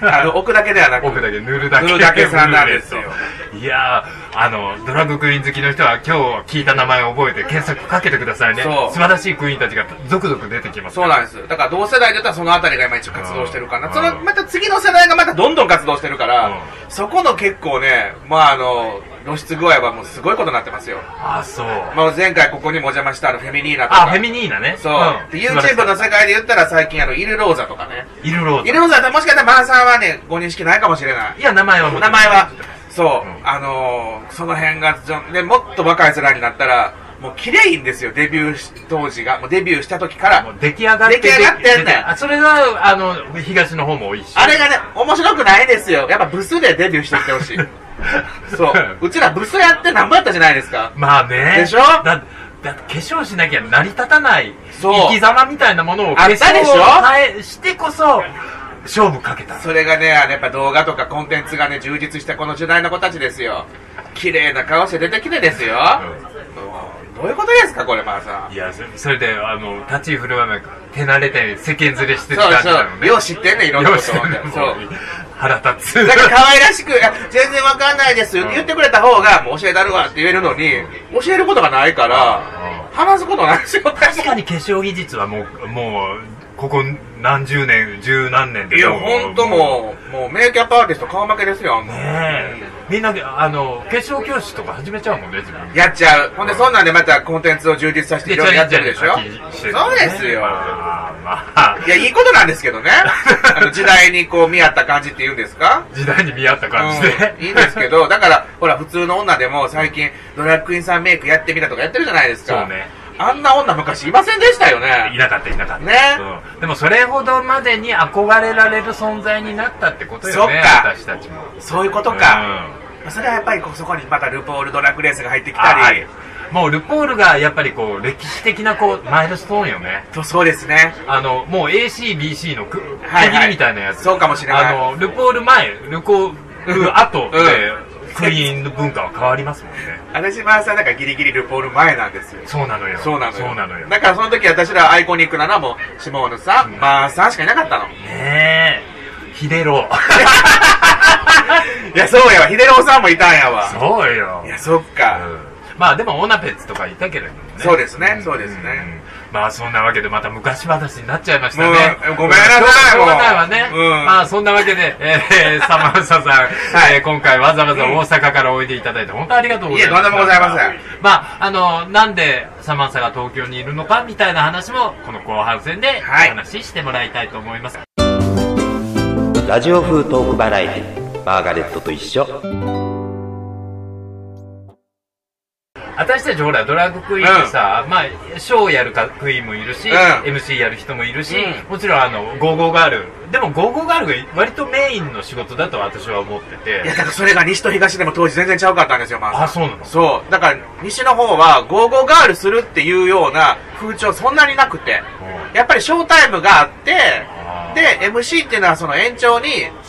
[SPEAKER 3] あの、置くだけではなく。
[SPEAKER 2] 僕だけ塗るだけ
[SPEAKER 3] 塗るだけさんなんですよ
[SPEAKER 2] いやーあのドラッグクイーン好きの人は今日聞いた名前を覚えて検索かけてくださいね
[SPEAKER 3] そう
[SPEAKER 2] 素晴らしいクイーンたちが続々出てきます
[SPEAKER 3] そうなんです。だから同世代で言ったらそのあたりが今一応活動してるか
[SPEAKER 2] う
[SPEAKER 3] な。
[SPEAKER 2] ん
[SPEAKER 3] その、また次の世代がまたどんどん活動してるから、
[SPEAKER 2] う
[SPEAKER 3] そこの結構ね、まああの、露出具合はもうすごいことになってますよ。
[SPEAKER 2] あそう、
[SPEAKER 3] まあ、前回ここにもお邪魔したあのフェミニーナとか。
[SPEAKER 2] あフェミニーナね
[SPEAKER 3] そう、で
[SPEAKER 2] 素晴
[SPEAKER 3] YouTube
[SPEAKER 2] ら
[SPEAKER 3] の
[SPEAKER 2] し
[SPEAKER 3] 世界で言ったら最近あの、イルローザとかね。
[SPEAKER 2] いイルロー
[SPEAKER 3] イ
[SPEAKER 2] ズ
[SPEAKER 3] ルローザってもしかしたらマーさんはね、ご認識ないかもしれない
[SPEAKER 2] い。や名前はもう
[SPEAKER 3] 名前は、そう、
[SPEAKER 2] うん
[SPEAKER 3] あのーその辺がジョンでもっと若い世代になったらもう綺麗いんですよデビューし当時がもうデビューした時から
[SPEAKER 2] もう出来上がって
[SPEAKER 3] 出来上がってんだよ
[SPEAKER 2] あそれがあの東の方も多いし
[SPEAKER 3] あ れがね面白くないですよやっぱブスでデビューしてきてほ しいそううちらブスやって何ぼやったじゃないですか
[SPEAKER 2] まあね
[SPEAKER 3] でしょ
[SPEAKER 2] だだって化粧しなきゃ成り立たない
[SPEAKER 3] そう
[SPEAKER 2] 生き様みたいなものを化
[SPEAKER 3] あ
[SPEAKER 2] 粧
[SPEAKER 3] ったでしょ
[SPEAKER 2] を変えしてこそ勝負かけた
[SPEAKER 3] それがねあのやっぱ動画とかコンテンツがね充実したこの時代の子たちですよ綺麗な顔して出てきてですよ、どういうことですかこれまあさん
[SPEAKER 2] いやそそれであの立ち振る舞いなんか手慣れて世間連れして
[SPEAKER 3] そう
[SPEAKER 2] たんだよ
[SPEAKER 3] そう
[SPEAKER 2] ね
[SPEAKER 3] よう知ってんねんいろんな
[SPEAKER 2] よ
[SPEAKER 3] こ
[SPEAKER 2] う
[SPEAKER 3] と
[SPEAKER 2] し
[SPEAKER 3] をそう
[SPEAKER 2] 腹立つ
[SPEAKER 3] なんか可愛らしくいや「全然わかんないです」
[SPEAKER 2] ん
[SPEAKER 3] 言ってくれた方が「もう教えたるわ」って言えるのに教えることがないから
[SPEAKER 2] う
[SPEAKER 3] 話すことないですよ
[SPEAKER 2] 確かに化粧技術はもうもうここ何十年十何年で
[SPEAKER 3] いや
[SPEAKER 2] もう
[SPEAKER 3] 本当もうもうメイキャップアーティスト顔負けですよあんなの
[SPEAKER 2] ねえみんなあの化粧教室とか始めちゃうもんね自分で
[SPEAKER 3] やっちゃうほんでそんなんでまたコンテンツを充実させていろいろやってるでしょそうですよ
[SPEAKER 2] まあまあ
[SPEAKER 3] いやいいことなんですけどね あの時代にこう見合った感じって言うんですか
[SPEAKER 2] 時代に見合った感じで、
[SPEAKER 3] うんいいんですけどだからほら普通の女でも最近ドラッグクイーンさんメイクやってみたとかやってるじゃないですか
[SPEAKER 2] そうね
[SPEAKER 3] あんな女昔いませんでしたよ
[SPEAKER 2] い
[SPEAKER 3] ね
[SPEAKER 2] なかったいなかった
[SPEAKER 3] ね
[SPEAKER 2] うんでもそれほどまでに憧れられる存在になったってことよね
[SPEAKER 3] そっか
[SPEAKER 2] 私たちも
[SPEAKER 3] そういうことか、それはやっぱりこうそこにまたルポールドラッグレースが入ってき
[SPEAKER 2] うんあ
[SPEAKER 3] た
[SPEAKER 2] は
[SPEAKER 3] り
[SPEAKER 2] いもうルポールがやっぱりこう歴史的なこうマイルストーンよね
[SPEAKER 3] とそうですね
[SPEAKER 2] あのもう ACBC の区区
[SPEAKER 3] はい
[SPEAKER 2] 切りみたいなやつ、
[SPEAKER 3] そうかもしれない
[SPEAKER 2] あのルポール前ルポール後で、
[SPEAKER 3] うん
[SPEAKER 2] クイーンの文化は変わりますもんね
[SPEAKER 3] 私まさんなんかギリギリルポール前なんですよ
[SPEAKER 2] そうなのよ
[SPEAKER 3] そうなのよ
[SPEAKER 2] そうなのよ
[SPEAKER 3] だからその時私らアイコニックなのはもう下野さ
[SPEAKER 2] う
[SPEAKER 3] ん、
[SPEAKER 2] ん
[SPEAKER 3] マーさんしかいなかったの
[SPEAKER 2] ねえヒデロ
[SPEAKER 3] いやそうやわ秀郎さんもいたんやわ
[SPEAKER 2] そうよ
[SPEAKER 3] いや そっか、
[SPEAKER 2] うんまあでもオナペッツとかいたけれどもね
[SPEAKER 3] そうですね
[SPEAKER 2] ん
[SPEAKER 3] そうですね
[SPEAKER 2] うんまあそんなわけでまた昔話になっちゃいましたね
[SPEAKER 3] もうごめんなさい
[SPEAKER 2] うんしょうが
[SPEAKER 3] もう
[SPEAKER 2] ないわね、
[SPEAKER 3] うん
[SPEAKER 2] まあそんなわけで、えー、 サマンサさん、
[SPEAKER 3] はい
[SPEAKER 2] えー今回わざわざ大阪からおいでいただいて本当ありがとうございます
[SPEAKER 3] いえとんでもございません
[SPEAKER 2] まああのなんでサマンサが東京にいるのかみたいな話もこの後半戦でお
[SPEAKER 3] はい
[SPEAKER 2] 話ししてもらいたいと思います、
[SPEAKER 1] ラジオ風トークバラエティマーガレットと一緒
[SPEAKER 2] 私たちほらドラッグクイーンってさ、まあショーやるかクイーンもいるし、
[SPEAKER 3] うん
[SPEAKER 2] MC やる人もいるし、
[SPEAKER 3] うん
[SPEAKER 2] もちろんあのゴーゴーガールでもゴーゴーガールが割とメインの仕事だと私は思って
[SPEAKER 3] いや
[SPEAKER 2] て
[SPEAKER 3] だからそれが西と東でも当時全然ちゃうかったんですよマーさん
[SPEAKER 2] あそうなの
[SPEAKER 3] そうだから西の方はゴーゴーガールするっていうような風潮そんなになくてやっぱりショータイムがあって
[SPEAKER 2] あー
[SPEAKER 3] で MC っていうのはその延長に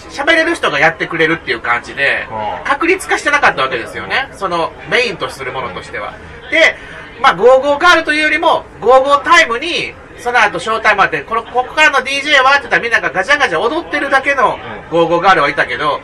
[SPEAKER 3] 喋れる人がやってくれるっていう感じで
[SPEAKER 2] うん
[SPEAKER 3] 確立化してなかったわけですよねそのメインとするものとしてはでまあゴーゴーガールというよりもゴーゴータイムにその後ショータイムあってこのここからの DJ はって言ったらみんながガチャガチャ踊ってるだけの
[SPEAKER 2] うん
[SPEAKER 3] ゴーゴーガールはいたけど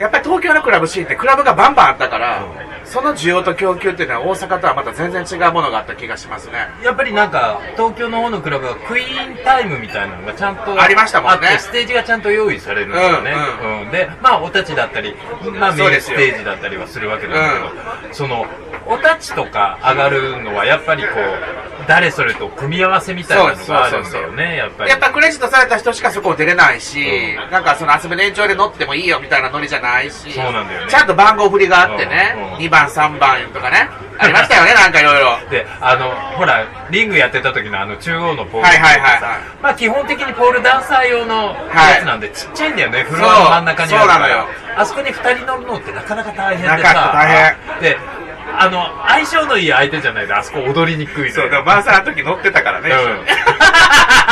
[SPEAKER 3] やっぱり東京のクラブシーンってクラブがバンバンあったから、その需要と供給っていうのは大阪とはまた全然違うものがあった気がしますね。
[SPEAKER 2] やっぱりなんか東京の方のクラブはクイーンタイムみたいなのがちゃんと
[SPEAKER 3] ありましたもんね
[SPEAKER 2] あってステージがちゃんと用意されるんですよね、
[SPEAKER 3] う
[SPEAKER 2] うんでまあお立ちだったり、まあ、メ
[SPEAKER 3] そう
[SPEAKER 2] イ
[SPEAKER 3] で
[SPEAKER 2] ン
[SPEAKER 3] す
[SPEAKER 2] ス
[SPEAKER 3] よ
[SPEAKER 2] テージだったりはするわけなんだけど、そのお立ちとか上がるのはやっぱりこう誰それと組み合わせみたいなのがあるんだよねやっぱり
[SPEAKER 3] やっぱクレジットされた人しかそこを出れないし、
[SPEAKER 2] う
[SPEAKER 3] なんかその遊びの延長で乗ってもいいよみたいなノリじゃないし、
[SPEAKER 2] そうなんだよね
[SPEAKER 3] ちゃんと番号振りがあってね、
[SPEAKER 2] うんうん
[SPEAKER 3] 2番、3番とかね、ありましたよね、なんかいろいろ。
[SPEAKER 2] であのほらリングやってた時のあの中央のポール
[SPEAKER 3] はいはいはいはい
[SPEAKER 2] まあ基本的にポールダンサー用の
[SPEAKER 3] い
[SPEAKER 2] やつなんで、ちっちゃいんだよねフロアの真ん中にあるから
[SPEAKER 3] そうな
[SPEAKER 2] あそこに2人乗るのってなかなか大変でさ
[SPEAKER 3] なかった大
[SPEAKER 2] であの相性のいい相手じゃないとあそこ踊りにくいのよ
[SPEAKER 3] マーサーの時乗ってたからね
[SPEAKER 2] うん、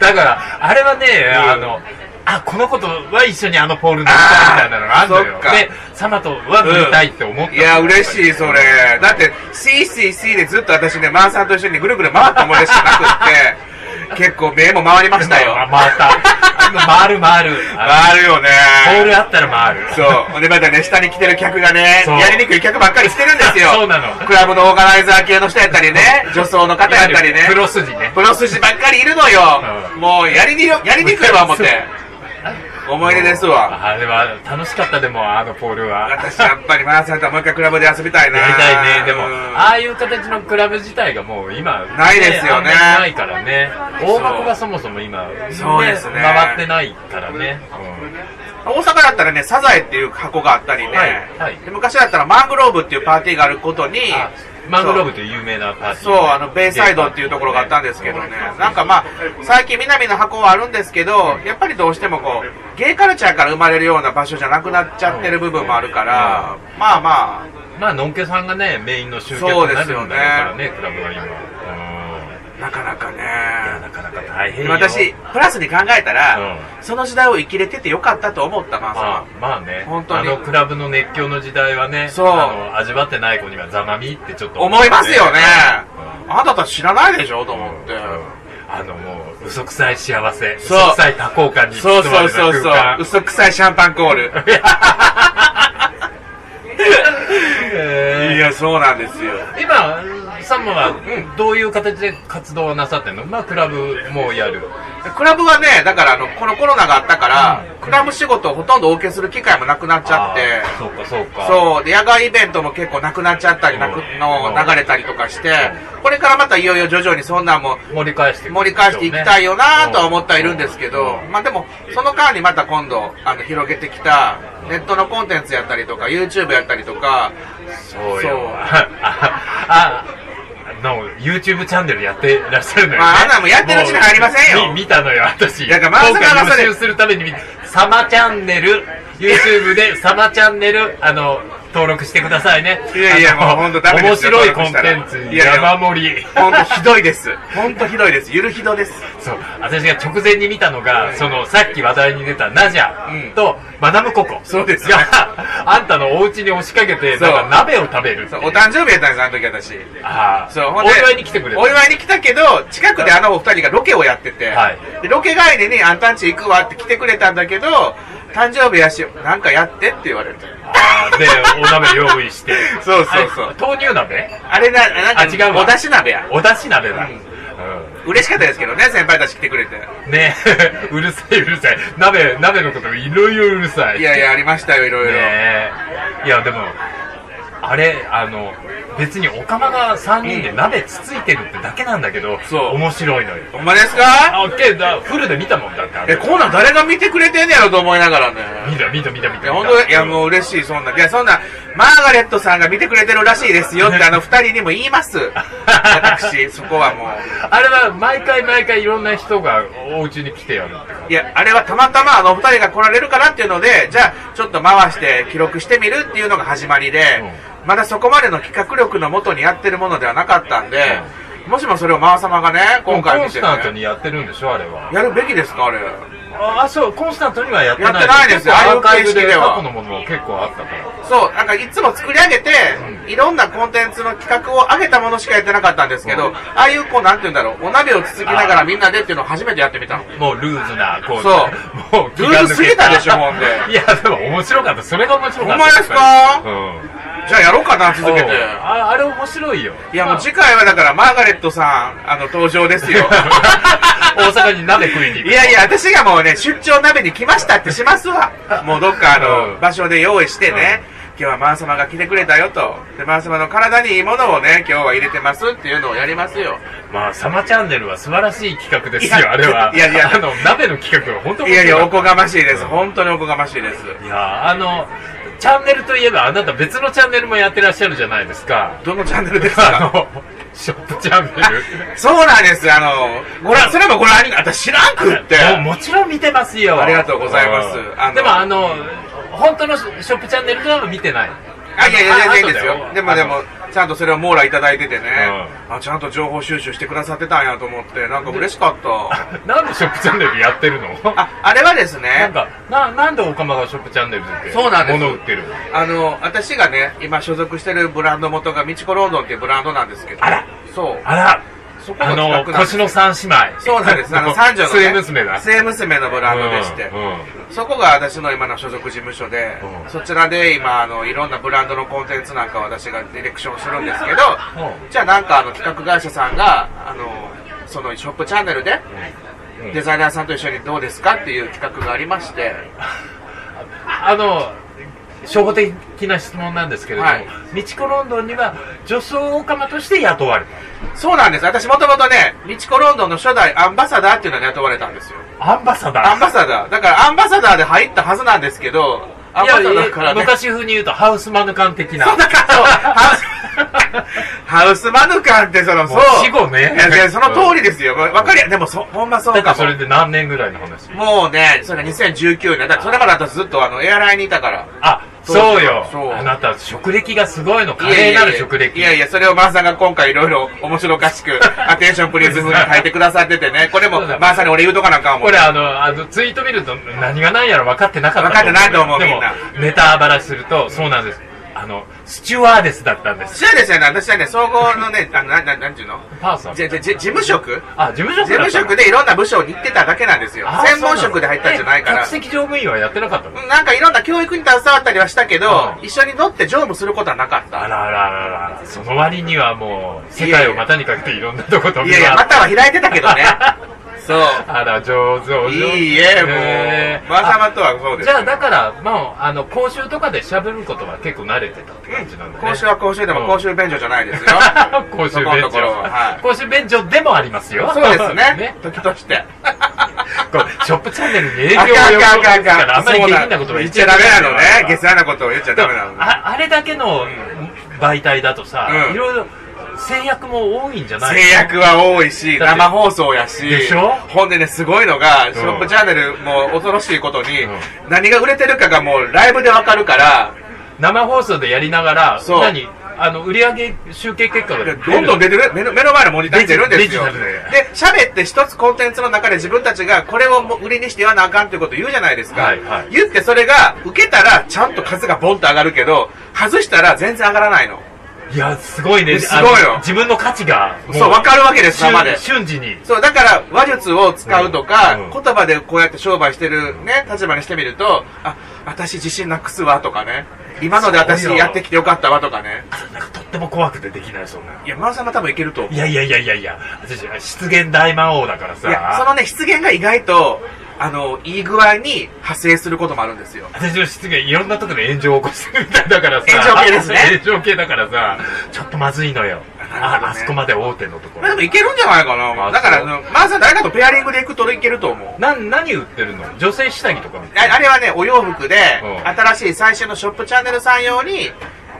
[SPEAKER 2] だからあれはね、あのあこの子とは一緒にあのポール乗りたいみたいなのがあるの
[SPEAKER 3] あーそ
[SPEAKER 2] よ
[SPEAKER 3] っか
[SPEAKER 2] でサマとは乗りたいって思った、
[SPEAKER 3] いや、嬉しい、それ。だって、CCC でずっと私ね、マーサーと一緒にぐるぐる回った思い出しか なくって、結構目も回りましたよ。
[SPEAKER 2] ま回った。あの回る回る。あ
[SPEAKER 3] 回るよね。
[SPEAKER 2] のボールあったら回る。
[SPEAKER 3] そう。ほんで、またね、下に来てる客がね、
[SPEAKER 2] そう
[SPEAKER 3] やりにくい客ばっかりしてるんですよ
[SPEAKER 2] 。そうなの
[SPEAKER 3] クラブのオーガナイザー系の人やったりね、女装の方やったりね。
[SPEAKER 2] プロ筋ね。
[SPEAKER 3] プロ筋ばっかりいるのよ。
[SPEAKER 2] うん
[SPEAKER 3] もう、やりによ、やりにくいわ、思って。思い出ですわ。
[SPEAKER 2] あれは楽しかったでもあのポールは
[SPEAKER 3] 私、やっぱりマーさんとはもう一回クラブで遊びたいな。
[SPEAKER 2] やりたいねでも
[SPEAKER 3] うん
[SPEAKER 2] ああいう形のクラブ自体がもう今
[SPEAKER 3] ないですよね
[SPEAKER 2] あんまりないからね大箱がそもそも今
[SPEAKER 3] そうですね
[SPEAKER 2] 回ってないからね、
[SPEAKER 3] 大阪だったらね、サザエっていう箱があったりね、
[SPEAKER 2] はいはい
[SPEAKER 3] で昔だったらマングローブっていうパーティーがあることに、
[SPEAKER 2] うんあマングローブという有名なパーティー
[SPEAKER 3] そう、あの、ベイサイドっていうところがあったんですけどね。なんかまあ、最近南の箱はあるんですけど、やっぱりどうしてもこう、ゲイカルチャーから生まれるような場所じゃなくなっちゃってる部分もあるから、まあま
[SPEAKER 2] まあのんけさんがねメインの集客になるんだろうからねクラブが今うん
[SPEAKER 3] あ、なかなかね。
[SPEAKER 2] いやなかなか大変よ
[SPEAKER 3] 私、プラスに考えたら、
[SPEAKER 2] う
[SPEAKER 3] その時代を生きれててよかったと思ったな、
[SPEAKER 2] ま
[SPEAKER 3] そ
[SPEAKER 2] あ
[SPEAKER 3] の、
[SPEAKER 2] まあね
[SPEAKER 3] 本当に
[SPEAKER 2] あのクラブの熱狂の時代はね
[SPEAKER 3] そう
[SPEAKER 2] あの味わってない子にはざまみってちょっと
[SPEAKER 3] 思いますよね。
[SPEAKER 2] うん
[SPEAKER 3] あなたたち知らないでしょと思って。
[SPEAKER 2] あのもう嘘くさい幸せ嘘
[SPEAKER 3] そう
[SPEAKER 2] くさい多幸感に包
[SPEAKER 3] そう
[SPEAKER 2] ま
[SPEAKER 3] そう
[SPEAKER 2] れた
[SPEAKER 3] そうそう
[SPEAKER 2] 空。間
[SPEAKER 3] 嘘くさいシャンパンコール。
[SPEAKER 2] え
[SPEAKER 3] いや、そうなんですよ。
[SPEAKER 2] ー今サンマはどういう形で活動をなさってんのまあクラブもやる
[SPEAKER 3] クラブはね、だからあの、このコロナがあったから、クラブ仕事をほとんどお受けする機会もなくなっちゃって、
[SPEAKER 2] あーそうかそうか
[SPEAKER 3] そう、で、野外イベントも結構なくなっちゃったり、なく
[SPEAKER 2] うん
[SPEAKER 3] の流れたりとかして、これからまたいよいよ徐々にそんなんも
[SPEAKER 2] 盛り返していく
[SPEAKER 3] 盛り返していきたいよなとは思ってはいるんですけ
[SPEAKER 2] う
[SPEAKER 3] ど
[SPEAKER 2] ん、
[SPEAKER 3] まあでも、その間にまた今度、あの、広げてきた、ネットのコンテンツやったりとか、YouTube やったりとか、
[SPEAKER 2] そう
[SPEAKER 3] そう
[SPEAKER 2] よ。ああ、あの、YouTube チャンネルやってらっしゃるのよ、ね。
[SPEAKER 3] まああんなもやってるうちに入りませんよ
[SPEAKER 2] もうみ見たのよ、私。
[SPEAKER 3] いやだからまさか
[SPEAKER 2] 今回予習するために見、サマチャンネル、YouTube でサマチャンネル、あの、登録してくださいね。
[SPEAKER 3] いやいや
[SPEAKER 2] あの
[SPEAKER 3] もうほんとダメですよ
[SPEAKER 2] 面白いコンテン
[SPEAKER 3] 登録した
[SPEAKER 2] ツ、
[SPEAKER 3] らいやいや
[SPEAKER 2] 山盛り。
[SPEAKER 3] ほんとひどいです。 ほんとひどいです。ゆるひどです。
[SPEAKER 2] そう、私が直前に見たのが、その、さっき話題に出たナジ
[SPEAKER 3] うん
[SPEAKER 2] ャと、マダムココ。
[SPEAKER 3] そうです
[SPEAKER 2] が、 あんたのお家に押しかけて、なんか鍋を食べるって
[SPEAKER 3] そ
[SPEAKER 2] いう
[SPEAKER 3] うお誕生日やったんです、あの時私。
[SPEAKER 2] ああ、
[SPEAKER 3] そう、
[SPEAKER 2] お
[SPEAKER 3] ほんで
[SPEAKER 2] 祝いに来てくれた
[SPEAKER 3] お祝いに来たけど、近くであのお二人がロケをやってて、
[SPEAKER 2] はい
[SPEAKER 3] でロケ帰りにあんたんち行くわって来てくれたんだけど、誕生日やし、なんかやってって言われて。
[SPEAKER 2] あーで、お鍋用意して。
[SPEAKER 3] そうそうそう
[SPEAKER 2] あれ豆乳鍋
[SPEAKER 3] あれな、なんか
[SPEAKER 2] あ違うわ
[SPEAKER 3] お出し鍋や。
[SPEAKER 2] お出汁鍋だ。
[SPEAKER 3] う
[SPEAKER 2] う
[SPEAKER 3] 嬉しかったですけどね、先輩たち来てくれて。
[SPEAKER 2] ん。ね え、うるさいうるさい。鍋、鍋のこといろいろうるさい。
[SPEAKER 3] いやいや、ありましたよ、いろいろ。
[SPEAKER 2] ねえ。いや、でも、あれ、あの、別におかまが3人で鍋つついてるってだけなんだけど、
[SPEAKER 3] そう
[SPEAKER 2] 面白いのよ。
[SPEAKER 3] ほんまです
[SPEAKER 2] あ、
[SPEAKER 3] か
[SPEAKER 2] オッケーだ、フルで見たもんだってあれ
[SPEAKER 3] え、こんなん誰が見てくれてんねやろと思いながらね。
[SPEAKER 2] 見た見た見た見た見
[SPEAKER 3] い
[SPEAKER 2] た。
[SPEAKER 3] や、本当いや、もう嬉しい、そんな。いや、そんな、マーガレットさんが見てくれてるらしいですよって、あの二人にも言い ます。私、そこはもう。
[SPEAKER 2] あれは毎回毎回いろんな人がお家に来てやるって
[SPEAKER 3] いや、あれはたまたまあのお二人が来られるからっていうので、じゃあちょっと回して記録してみるっていうのが始まりで、まだそこまでの企画力のもとにやってるものではなかったんで、もしもそれをマー様がね、今回
[SPEAKER 2] コ
[SPEAKER 3] 見
[SPEAKER 2] ン
[SPEAKER 3] て、
[SPEAKER 2] スタント
[SPEAKER 3] ね、
[SPEAKER 2] にやってるんでしょあれは
[SPEAKER 3] やるべきですか、あれ。
[SPEAKER 2] ああそうコンスタントにはやってない
[SPEAKER 3] やってないですよ
[SPEAKER 2] 結構アーカイブ
[SPEAKER 3] ああいう形式
[SPEAKER 2] で
[SPEAKER 3] では
[SPEAKER 2] 過去のものも結構あったから
[SPEAKER 3] そう、なんかいつも作り上げて、いろんなコンテンツの企画を上げたものしかやってなかったんですけど、
[SPEAKER 2] うん
[SPEAKER 3] ああいうこう、なんて言うんだろう、お鍋をつつきながらみんなでっていうのを初めてやってみたの。
[SPEAKER 2] もうルーズなこう
[SPEAKER 3] そう
[SPEAKER 2] もう気が抜け
[SPEAKER 3] ルーズすぎたでしょほんで
[SPEAKER 2] いやでも面白かったそれが面白かった
[SPEAKER 3] ほんまですか
[SPEAKER 2] うん
[SPEAKER 3] じゃあやろうかな、続けて。
[SPEAKER 2] ああれ面白いよ
[SPEAKER 3] いやもう
[SPEAKER 2] ま
[SPEAKER 3] 次回はだからマーガレットさん、あの、登場です よ。
[SPEAKER 2] あ大阪に鍋食いに行く
[SPEAKER 3] いやいや、私がもうね、出張鍋に来ましたってしますわ。もうどっかあの、
[SPEAKER 2] うん
[SPEAKER 3] 場所で用意してね、今日はマー様が来てくれたよと。で、マー様の体にいいものをね、今日は入れてますっていうのをやりますよ。
[SPEAKER 2] まあサマチャンネルは素晴らしい企画です
[SPEAKER 3] い
[SPEAKER 2] よ
[SPEAKER 3] や
[SPEAKER 2] あれはい
[SPEAKER 3] やいや
[SPEAKER 2] あの鍋の企画は本当
[SPEAKER 3] い
[SPEAKER 2] 面
[SPEAKER 3] や
[SPEAKER 2] 白
[SPEAKER 3] い
[SPEAKER 2] かった
[SPEAKER 3] や、おこがましいです。本当におこがましいです。
[SPEAKER 2] いやあのチャンネルといえばあなた別のチャンネルもやってらっしゃるじゃないですか
[SPEAKER 3] どのチャンネルです
[SPEAKER 2] あ
[SPEAKER 3] か
[SPEAKER 2] の、ショップチャンネル。
[SPEAKER 3] そうなんです。あの、ご覧、それもご覧に、私知らんくって。
[SPEAKER 2] もうもちろん見てますよ。
[SPEAKER 3] ありがとうございます
[SPEAKER 2] うん
[SPEAKER 3] あの
[SPEAKER 2] でもあの、本当のショップチャンネルでは見てない。
[SPEAKER 3] あ、いやいや、全然いい
[SPEAKER 2] あ
[SPEAKER 3] です
[SPEAKER 2] あとだ
[SPEAKER 3] よ。でもでも、ちゃんとそれを網羅いただいててね、
[SPEAKER 2] う
[SPEAKER 3] あ、ちゃんと情報収集してくださってたんやと思って、なんか嬉しか った。
[SPEAKER 2] なんでショップチャンネルやってるの
[SPEAKER 3] あ、あれはです
[SPEAKER 2] なん
[SPEAKER 3] ね、
[SPEAKER 2] か、な、なんでオカマがショップチャンネルで
[SPEAKER 3] そうなんです
[SPEAKER 2] 物売ってるの
[SPEAKER 3] あの、私がね、今所属してるブランド元がミチコロンドンっていうブランドなんですけど、
[SPEAKER 2] あら
[SPEAKER 3] そう。
[SPEAKER 2] あら、
[SPEAKER 3] そこ
[SPEAKER 2] あ
[SPEAKER 3] が企画な
[SPEAKER 2] の
[SPEAKER 3] ん、です
[SPEAKER 2] 腰の三姉妹。
[SPEAKER 3] そうなんです。あの、三女の、ね。
[SPEAKER 2] 末娘だ。
[SPEAKER 3] 末娘のブランドでして。
[SPEAKER 2] うんうん
[SPEAKER 3] そこが私の今の所属事務所で、
[SPEAKER 2] うん
[SPEAKER 3] そちらで今あのいろんなブランドのコンテンツなんかを私がディレクションするんですけど、
[SPEAKER 2] うん
[SPEAKER 3] じゃあなんかあの企画会社さんがあのそのショップチャンネルで、
[SPEAKER 2] うん
[SPEAKER 3] デザイナーさんと一緒にどうですかっていう企画がありまして、
[SPEAKER 2] あの初歩的な質問なんですけれども、
[SPEAKER 3] はい
[SPEAKER 2] ミチコロンドンには女装オカマとして雇われ
[SPEAKER 3] そうなんです。私もともとね、ミチコロンドンの初代アンバサダーっていうのに雇われたんですよ。
[SPEAKER 2] たアンバサダー
[SPEAKER 3] アンバサダー。だからアンバサダーで入ったはずなんですけど、アンバサダ
[SPEAKER 2] いや
[SPEAKER 3] ーからね。
[SPEAKER 2] 昔風に言うとハウスマヌカン的な
[SPEAKER 3] そうだから そうハウスハウスマヌカンってその、
[SPEAKER 2] もう死後ね
[SPEAKER 3] いやでその通りですよ。わかりや、でもそ、ほんまそう
[SPEAKER 2] だか
[SPEAKER 3] からも
[SPEAKER 2] そ。れで何年ぐらいの話
[SPEAKER 3] もうね、それが2019年。だからそれまで私ずっとあの、エアラインにいたから。
[SPEAKER 2] あそうよ
[SPEAKER 3] そう
[SPEAKER 2] あなた職歴がすごいの華麗なる職歴
[SPEAKER 3] いやいや、それをマーさんが今回いろいろ面白おか しく、アテンションプリーズ風に書いてくださっててね。これも、
[SPEAKER 2] そう
[SPEAKER 3] マ
[SPEAKER 2] だ
[SPEAKER 3] ーさんに俺言うとかなんかも。
[SPEAKER 2] これあのあのツイート見ると何がないやろ分かってなかった
[SPEAKER 3] 分かってないと思う
[SPEAKER 2] でも
[SPEAKER 3] みんな
[SPEAKER 2] ネタばらしするとそうなんですあのスチュワーデスだったんです
[SPEAKER 3] そうですよね、私はね、総合のね、あの、な、ななんてい うの
[SPEAKER 2] パーソン
[SPEAKER 3] じゃ、じゃ、じ事務職
[SPEAKER 2] あ事務職だ
[SPEAKER 3] 事
[SPEAKER 2] ったの
[SPEAKER 3] 務職でいろんな部署に行ってただけなんですよ
[SPEAKER 2] あ。
[SPEAKER 3] 専門職で入ったんじゃないから
[SPEAKER 2] そう。のえ客席乗務員はやってなかったの
[SPEAKER 3] なんかいろんな教育に携わったりはしたけど、
[SPEAKER 2] うん
[SPEAKER 3] 一緒に乗って乗務することはなかっ
[SPEAKER 2] あ
[SPEAKER 3] た。
[SPEAKER 2] らあらあらあらその割にはもう世界を股にかけていろんなとこと
[SPEAKER 3] いやいや、または開いてたけ どね。そう。
[SPEAKER 2] あら上手お上手
[SPEAKER 3] いいえ、
[SPEAKER 2] ね
[SPEAKER 3] も
[SPEAKER 2] え
[SPEAKER 3] う。マーサマとはそう
[SPEAKER 2] あ
[SPEAKER 3] です。
[SPEAKER 2] じゃあだからもうあの講習とかで喋ることは結構慣れてたって感じなんだね
[SPEAKER 3] 講習は講習で
[SPEAKER 2] うん。
[SPEAKER 3] も講習便所じゃないですよ
[SPEAKER 2] 講習
[SPEAKER 3] そこ
[SPEAKER 2] 便
[SPEAKER 3] のところ
[SPEAKER 2] 所
[SPEAKER 3] ははい。
[SPEAKER 2] 講習便所でもありますよ
[SPEAKER 3] そう ですね。時として。
[SPEAKER 2] こうショップチャンネルに営業を
[SPEAKER 3] あ
[SPEAKER 2] 呼ぶ
[SPEAKER 3] かんあかん
[SPEAKER 2] か
[SPEAKER 3] あかんあ
[SPEAKER 2] ら
[SPEAKER 3] か
[SPEAKER 2] あんまり下品なことは言っちゃ
[SPEAKER 3] ダ
[SPEAKER 2] ダメ
[SPEAKER 3] メ
[SPEAKER 2] な
[SPEAKER 3] な
[SPEAKER 2] の
[SPEAKER 3] のね。下世話なことを言っ ちゃダメなのね。
[SPEAKER 2] ああれだけの媒体だとさ、
[SPEAKER 3] うん
[SPEAKER 2] いろいろ制約も多いんじゃない
[SPEAKER 3] 制約は多いし、
[SPEAKER 2] だって
[SPEAKER 3] 生放送やし
[SPEAKER 2] でしょ、
[SPEAKER 3] ほんでね、すごいのが、ショップチャンネルもう恐ろしいことに
[SPEAKER 2] うん、
[SPEAKER 3] 何が売れてるかがもうライブでわかるから、
[SPEAKER 2] 生放送でやりながら
[SPEAKER 3] そう
[SPEAKER 2] 何あの売上集計結果が出る
[SPEAKER 3] どんどん出てる、目の目の前のモニターに出るんですよ
[SPEAKER 2] デジタルで。
[SPEAKER 3] で、喋って一つコンテンツの中で自分たちがこれをもう売りにして言わなあかんということを言うじゃないですか。
[SPEAKER 2] はいはい
[SPEAKER 3] 言ってそれが、受けたらちゃんと数がボンと上がるけど、外したら全然上がらないの。
[SPEAKER 2] いやすごいね
[SPEAKER 3] すごいよ
[SPEAKER 2] あの自分の価値がも
[SPEAKER 3] そう、わかるわけです、生で。
[SPEAKER 2] 瞬瞬時に
[SPEAKER 3] そう、だから話術を使うとか、
[SPEAKER 2] うんうん
[SPEAKER 3] 言葉でこうやって商売してるね、立場にしてみると、あ、私自信なくすわとかね、今ので私
[SPEAKER 2] そうよ
[SPEAKER 3] やってきてよかったわとかね。
[SPEAKER 2] なんかとっても怖くてできないそんない
[SPEAKER 3] や、マウさんも多分いけると思う。
[SPEAKER 2] いやいやいやいやいや私失言大魔王だからさ
[SPEAKER 3] いや、そのね、失言が意外と、あの、いい具合に派生することもあるんですよ。
[SPEAKER 2] 私の失言いろんなとこで炎上を起こしてるみたいだからさ
[SPEAKER 3] 炎上系ですね
[SPEAKER 2] 炎上系だからさちょっとまずいのよ
[SPEAKER 3] なるほど
[SPEAKER 2] あ
[SPEAKER 3] ね
[SPEAKER 2] あそこまで大手のとこ
[SPEAKER 3] まあでも
[SPEAKER 2] ろ
[SPEAKER 3] いけるんじゃないかな。
[SPEAKER 2] まあ
[SPEAKER 3] だから、
[SPEAKER 2] そう
[SPEAKER 3] あのマウさん誰かとペアリングで行くといけると思う。
[SPEAKER 2] な何売ってるの女性下着とかみたい
[SPEAKER 3] ああれはね、お洋服で、
[SPEAKER 2] うん
[SPEAKER 3] 新しい最新のショップチャンネルさん用に、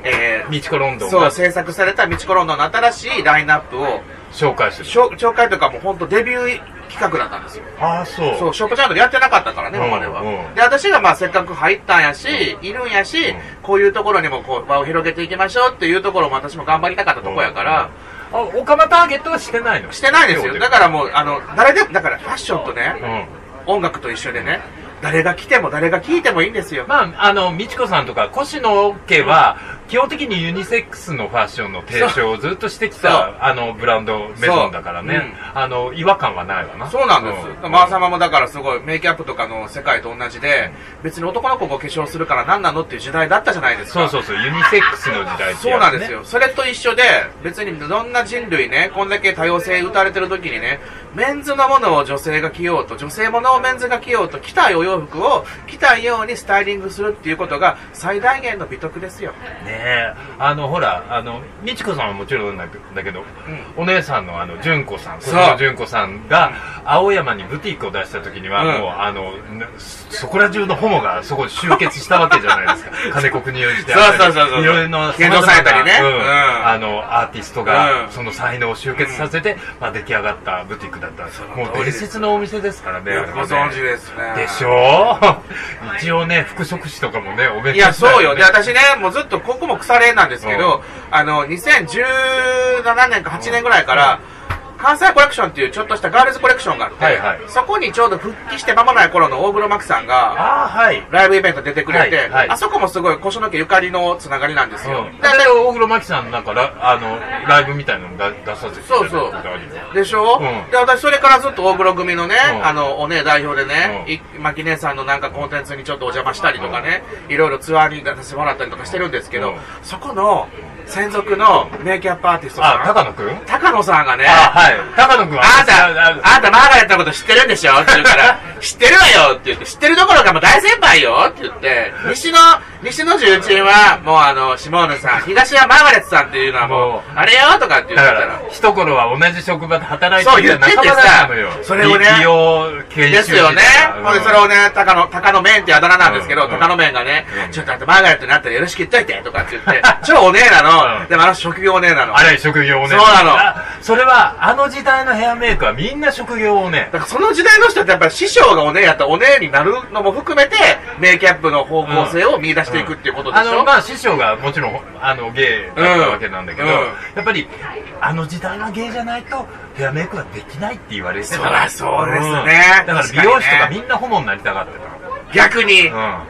[SPEAKER 3] え
[SPEAKER 2] なミチコロンド
[SPEAKER 3] ー、
[SPEAKER 2] ン
[SPEAKER 3] そ
[SPEAKER 2] が
[SPEAKER 3] う、制作されたミチコロンドンの新しいラインナップを、
[SPEAKER 2] 紹介してる
[SPEAKER 3] 紹紹介とかも本当デビュー企画だったんですよ。
[SPEAKER 2] ああそう
[SPEAKER 3] そう、ショップチャンネルやってなかったからね、
[SPEAKER 2] うん
[SPEAKER 3] 今までは
[SPEAKER 2] うん。
[SPEAKER 3] で、私がまあせっかく入ったんやし、いるんやし
[SPEAKER 2] ん、
[SPEAKER 3] こういうところにもこう場を広げていきましょうっていうところも私も頑張りたかったとこやから、
[SPEAKER 2] あオカマターゲットはしてないの
[SPEAKER 3] してないですよ。だからもう、あの、誰でも、だからファッションと
[SPEAKER 2] う
[SPEAKER 3] ね、
[SPEAKER 2] ん
[SPEAKER 3] 音楽と一緒でね、誰が来ても誰が聞いてもいいんですよ。
[SPEAKER 2] まあ、あの、美智子さんとか、越野家は、基本的にユニセックスのファッションの提唱をずっとしてき
[SPEAKER 3] そう
[SPEAKER 2] た、あの、ブランド、メゾンだからね、あの、違和感はないわな。
[SPEAKER 3] そうなんです。
[SPEAKER 2] う
[SPEAKER 3] マー様もだからすごいメイキャップとかの世界と同じで、別に男の子がお化粧するから何なのっていう時代だったじゃないです
[SPEAKER 2] そう
[SPEAKER 3] か。
[SPEAKER 2] そうそう、ユニセックスの時代って
[SPEAKER 3] そ
[SPEAKER 2] や
[SPEAKER 3] う
[SPEAKER 2] つね
[SPEAKER 3] なんです。よ。それと一緒で、別にどんな人類ね、こんだけ多様性打たれてる時にね、メンズのものを女性が着ようと、女性ものをメンズが着ようと、着たいお洋服を着たいようにスタイリングするっていうことが最大限の美徳ですよ。
[SPEAKER 2] ねえ。あの、ほら、あの、美智子さんはもちろんだけど、お姉さんのあの、純子さん、
[SPEAKER 3] そう
[SPEAKER 2] 小島純子さんが、青山にブティックを出した時には、
[SPEAKER 3] うん
[SPEAKER 2] もう、あの、なそこら中のホモがそこに集結したわけじゃないです か。金子国用してあったり、
[SPEAKER 3] そうそうそうそう
[SPEAKER 2] いろいろな、
[SPEAKER 3] 献上されたりね
[SPEAKER 2] 様々な
[SPEAKER 3] うん
[SPEAKER 2] あの、アーティストが、
[SPEAKER 3] うん
[SPEAKER 2] その才能を集結させて、まあ、出来上がったブティックだったんです
[SPEAKER 3] の通り
[SPEAKER 2] もう伝説のお店ですからね、あれはね
[SPEAKER 3] ご存知ですね。
[SPEAKER 2] でしょう 一応ね、服飾師とかもね、お弁当、
[SPEAKER 3] いや、そうよ。で、私ね、もうずっとここも腐れ縁なんですけど、あの、2017年か8年ぐらいから、関西コレクションっていうちょっとしたガールズコレクションがあって、
[SPEAKER 2] はいはい
[SPEAKER 3] そこにちょうど復帰して間もない頃の大黒摩季さんが、
[SPEAKER 2] ああ、はい。
[SPEAKER 3] ライブイベント出てくれて、
[SPEAKER 2] はいはい
[SPEAKER 3] あそこもすごい腰の家ゆかりのつながりなんですよ。
[SPEAKER 2] うん、
[SPEAKER 3] だ
[SPEAKER 2] だから大黒摩季さんなんかラあのライブみたいなのだ出させていただ
[SPEAKER 3] そ
[SPEAKER 2] いうたこ
[SPEAKER 3] そ
[SPEAKER 2] とあるよ
[SPEAKER 3] う。でしょ、
[SPEAKER 2] うん
[SPEAKER 3] で、私それからずっと大黒組のね、
[SPEAKER 2] うん
[SPEAKER 3] あの、お姉代表でね、
[SPEAKER 2] うん
[SPEAKER 3] いマキ姉さんのなんかコンテンツにちょっとお邪魔したりとかね、いろいろツアーに出させてもらったりとかしてるんですけど、
[SPEAKER 2] うん
[SPEAKER 3] そこの専属のメイキャップアーティストさん
[SPEAKER 2] あ、高野くん
[SPEAKER 3] 高野さんがね、
[SPEAKER 2] あはないよ。高野くんは。
[SPEAKER 3] あなた、
[SPEAKER 2] 違う
[SPEAKER 3] あなたマーガレットのこと知ってるんでしょって言う から、知ってるわよって言って、知ってるどころかもう大先輩よって言って、西の、西の重鎮は、もうあの、下野さん、東はマーガレットさんっていうのはもう
[SPEAKER 2] も、
[SPEAKER 3] あれよとかって言って
[SPEAKER 2] だ
[SPEAKER 3] た
[SPEAKER 2] からら、、一頃は同じ職場で働いてる仲間なのよ
[SPEAKER 3] そう言っててさ。それをね
[SPEAKER 2] 美容研修
[SPEAKER 3] ですよね。ほんで、それを
[SPEAKER 2] ね、
[SPEAKER 3] ね、高野、高野麺ってあだ名なんですけ
[SPEAKER 2] う
[SPEAKER 3] ど、
[SPEAKER 2] んうん
[SPEAKER 3] 高野麺がね
[SPEAKER 2] う、ん
[SPEAKER 3] ちょっとあんたマーガレットになったらよろしく言っといて、とかって言って、超お姉な
[SPEAKER 2] う
[SPEAKER 3] の。
[SPEAKER 2] ん
[SPEAKER 3] でもあの職業お姉なの。
[SPEAKER 2] あれ、職業をね。
[SPEAKER 3] そうなの
[SPEAKER 2] あそれは、あの時代のヘアメイクはみんな職業をね
[SPEAKER 3] だ。からその時代の人ってやっぱり師匠がお姉やったらお姉になるのも含めて、メイキャップの方向性を見出していくっていうことでし
[SPEAKER 2] あ
[SPEAKER 3] ょ、
[SPEAKER 2] の、まあ、師匠がもちろん、あの、芸だったわけなんだけど、
[SPEAKER 3] うんうん
[SPEAKER 2] やっぱり、あの時代の芸じゃないと、ヘアメイクはできないって言われてた
[SPEAKER 3] そりゃそうですね
[SPEAKER 2] んだから美容師とかみんなホモになりたがって
[SPEAKER 3] 逆に、
[SPEAKER 2] た。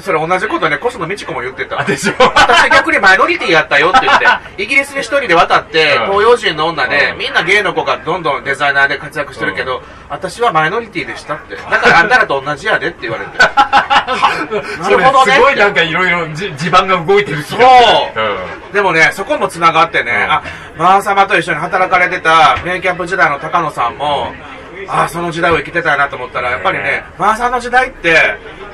[SPEAKER 3] それ同じことね、コスの美智子も言って
[SPEAKER 2] うん。
[SPEAKER 3] た。
[SPEAKER 2] でしょ
[SPEAKER 3] 私逆にマイノリティやったよって言って、 イギリスに一人で渡って、
[SPEAKER 2] うん
[SPEAKER 3] 東洋人の女で
[SPEAKER 2] う、ん
[SPEAKER 3] みんな芸の子がどんどんデザイナーで活躍してるけど、私はマイノリティでしたって。だからあんたらと同じやでって言 われて。
[SPEAKER 2] それ
[SPEAKER 3] なるほどね
[SPEAKER 2] すごいなんかいろいろじ地盤が動いてる気がする
[SPEAKER 3] そう
[SPEAKER 2] うん
[SPEAKER 3] でもね、そこも繋がってね、
[SPEAKER 2] うん
[SPEAKER 3] あ、マー様と一緒に働かれてたメイキャップ時代の高野さんも、あその時代を生きてたなと思ったら、やっぱりね
[SPEAKER 2] ね、
[SPEAKER 3] マーさんの時代って、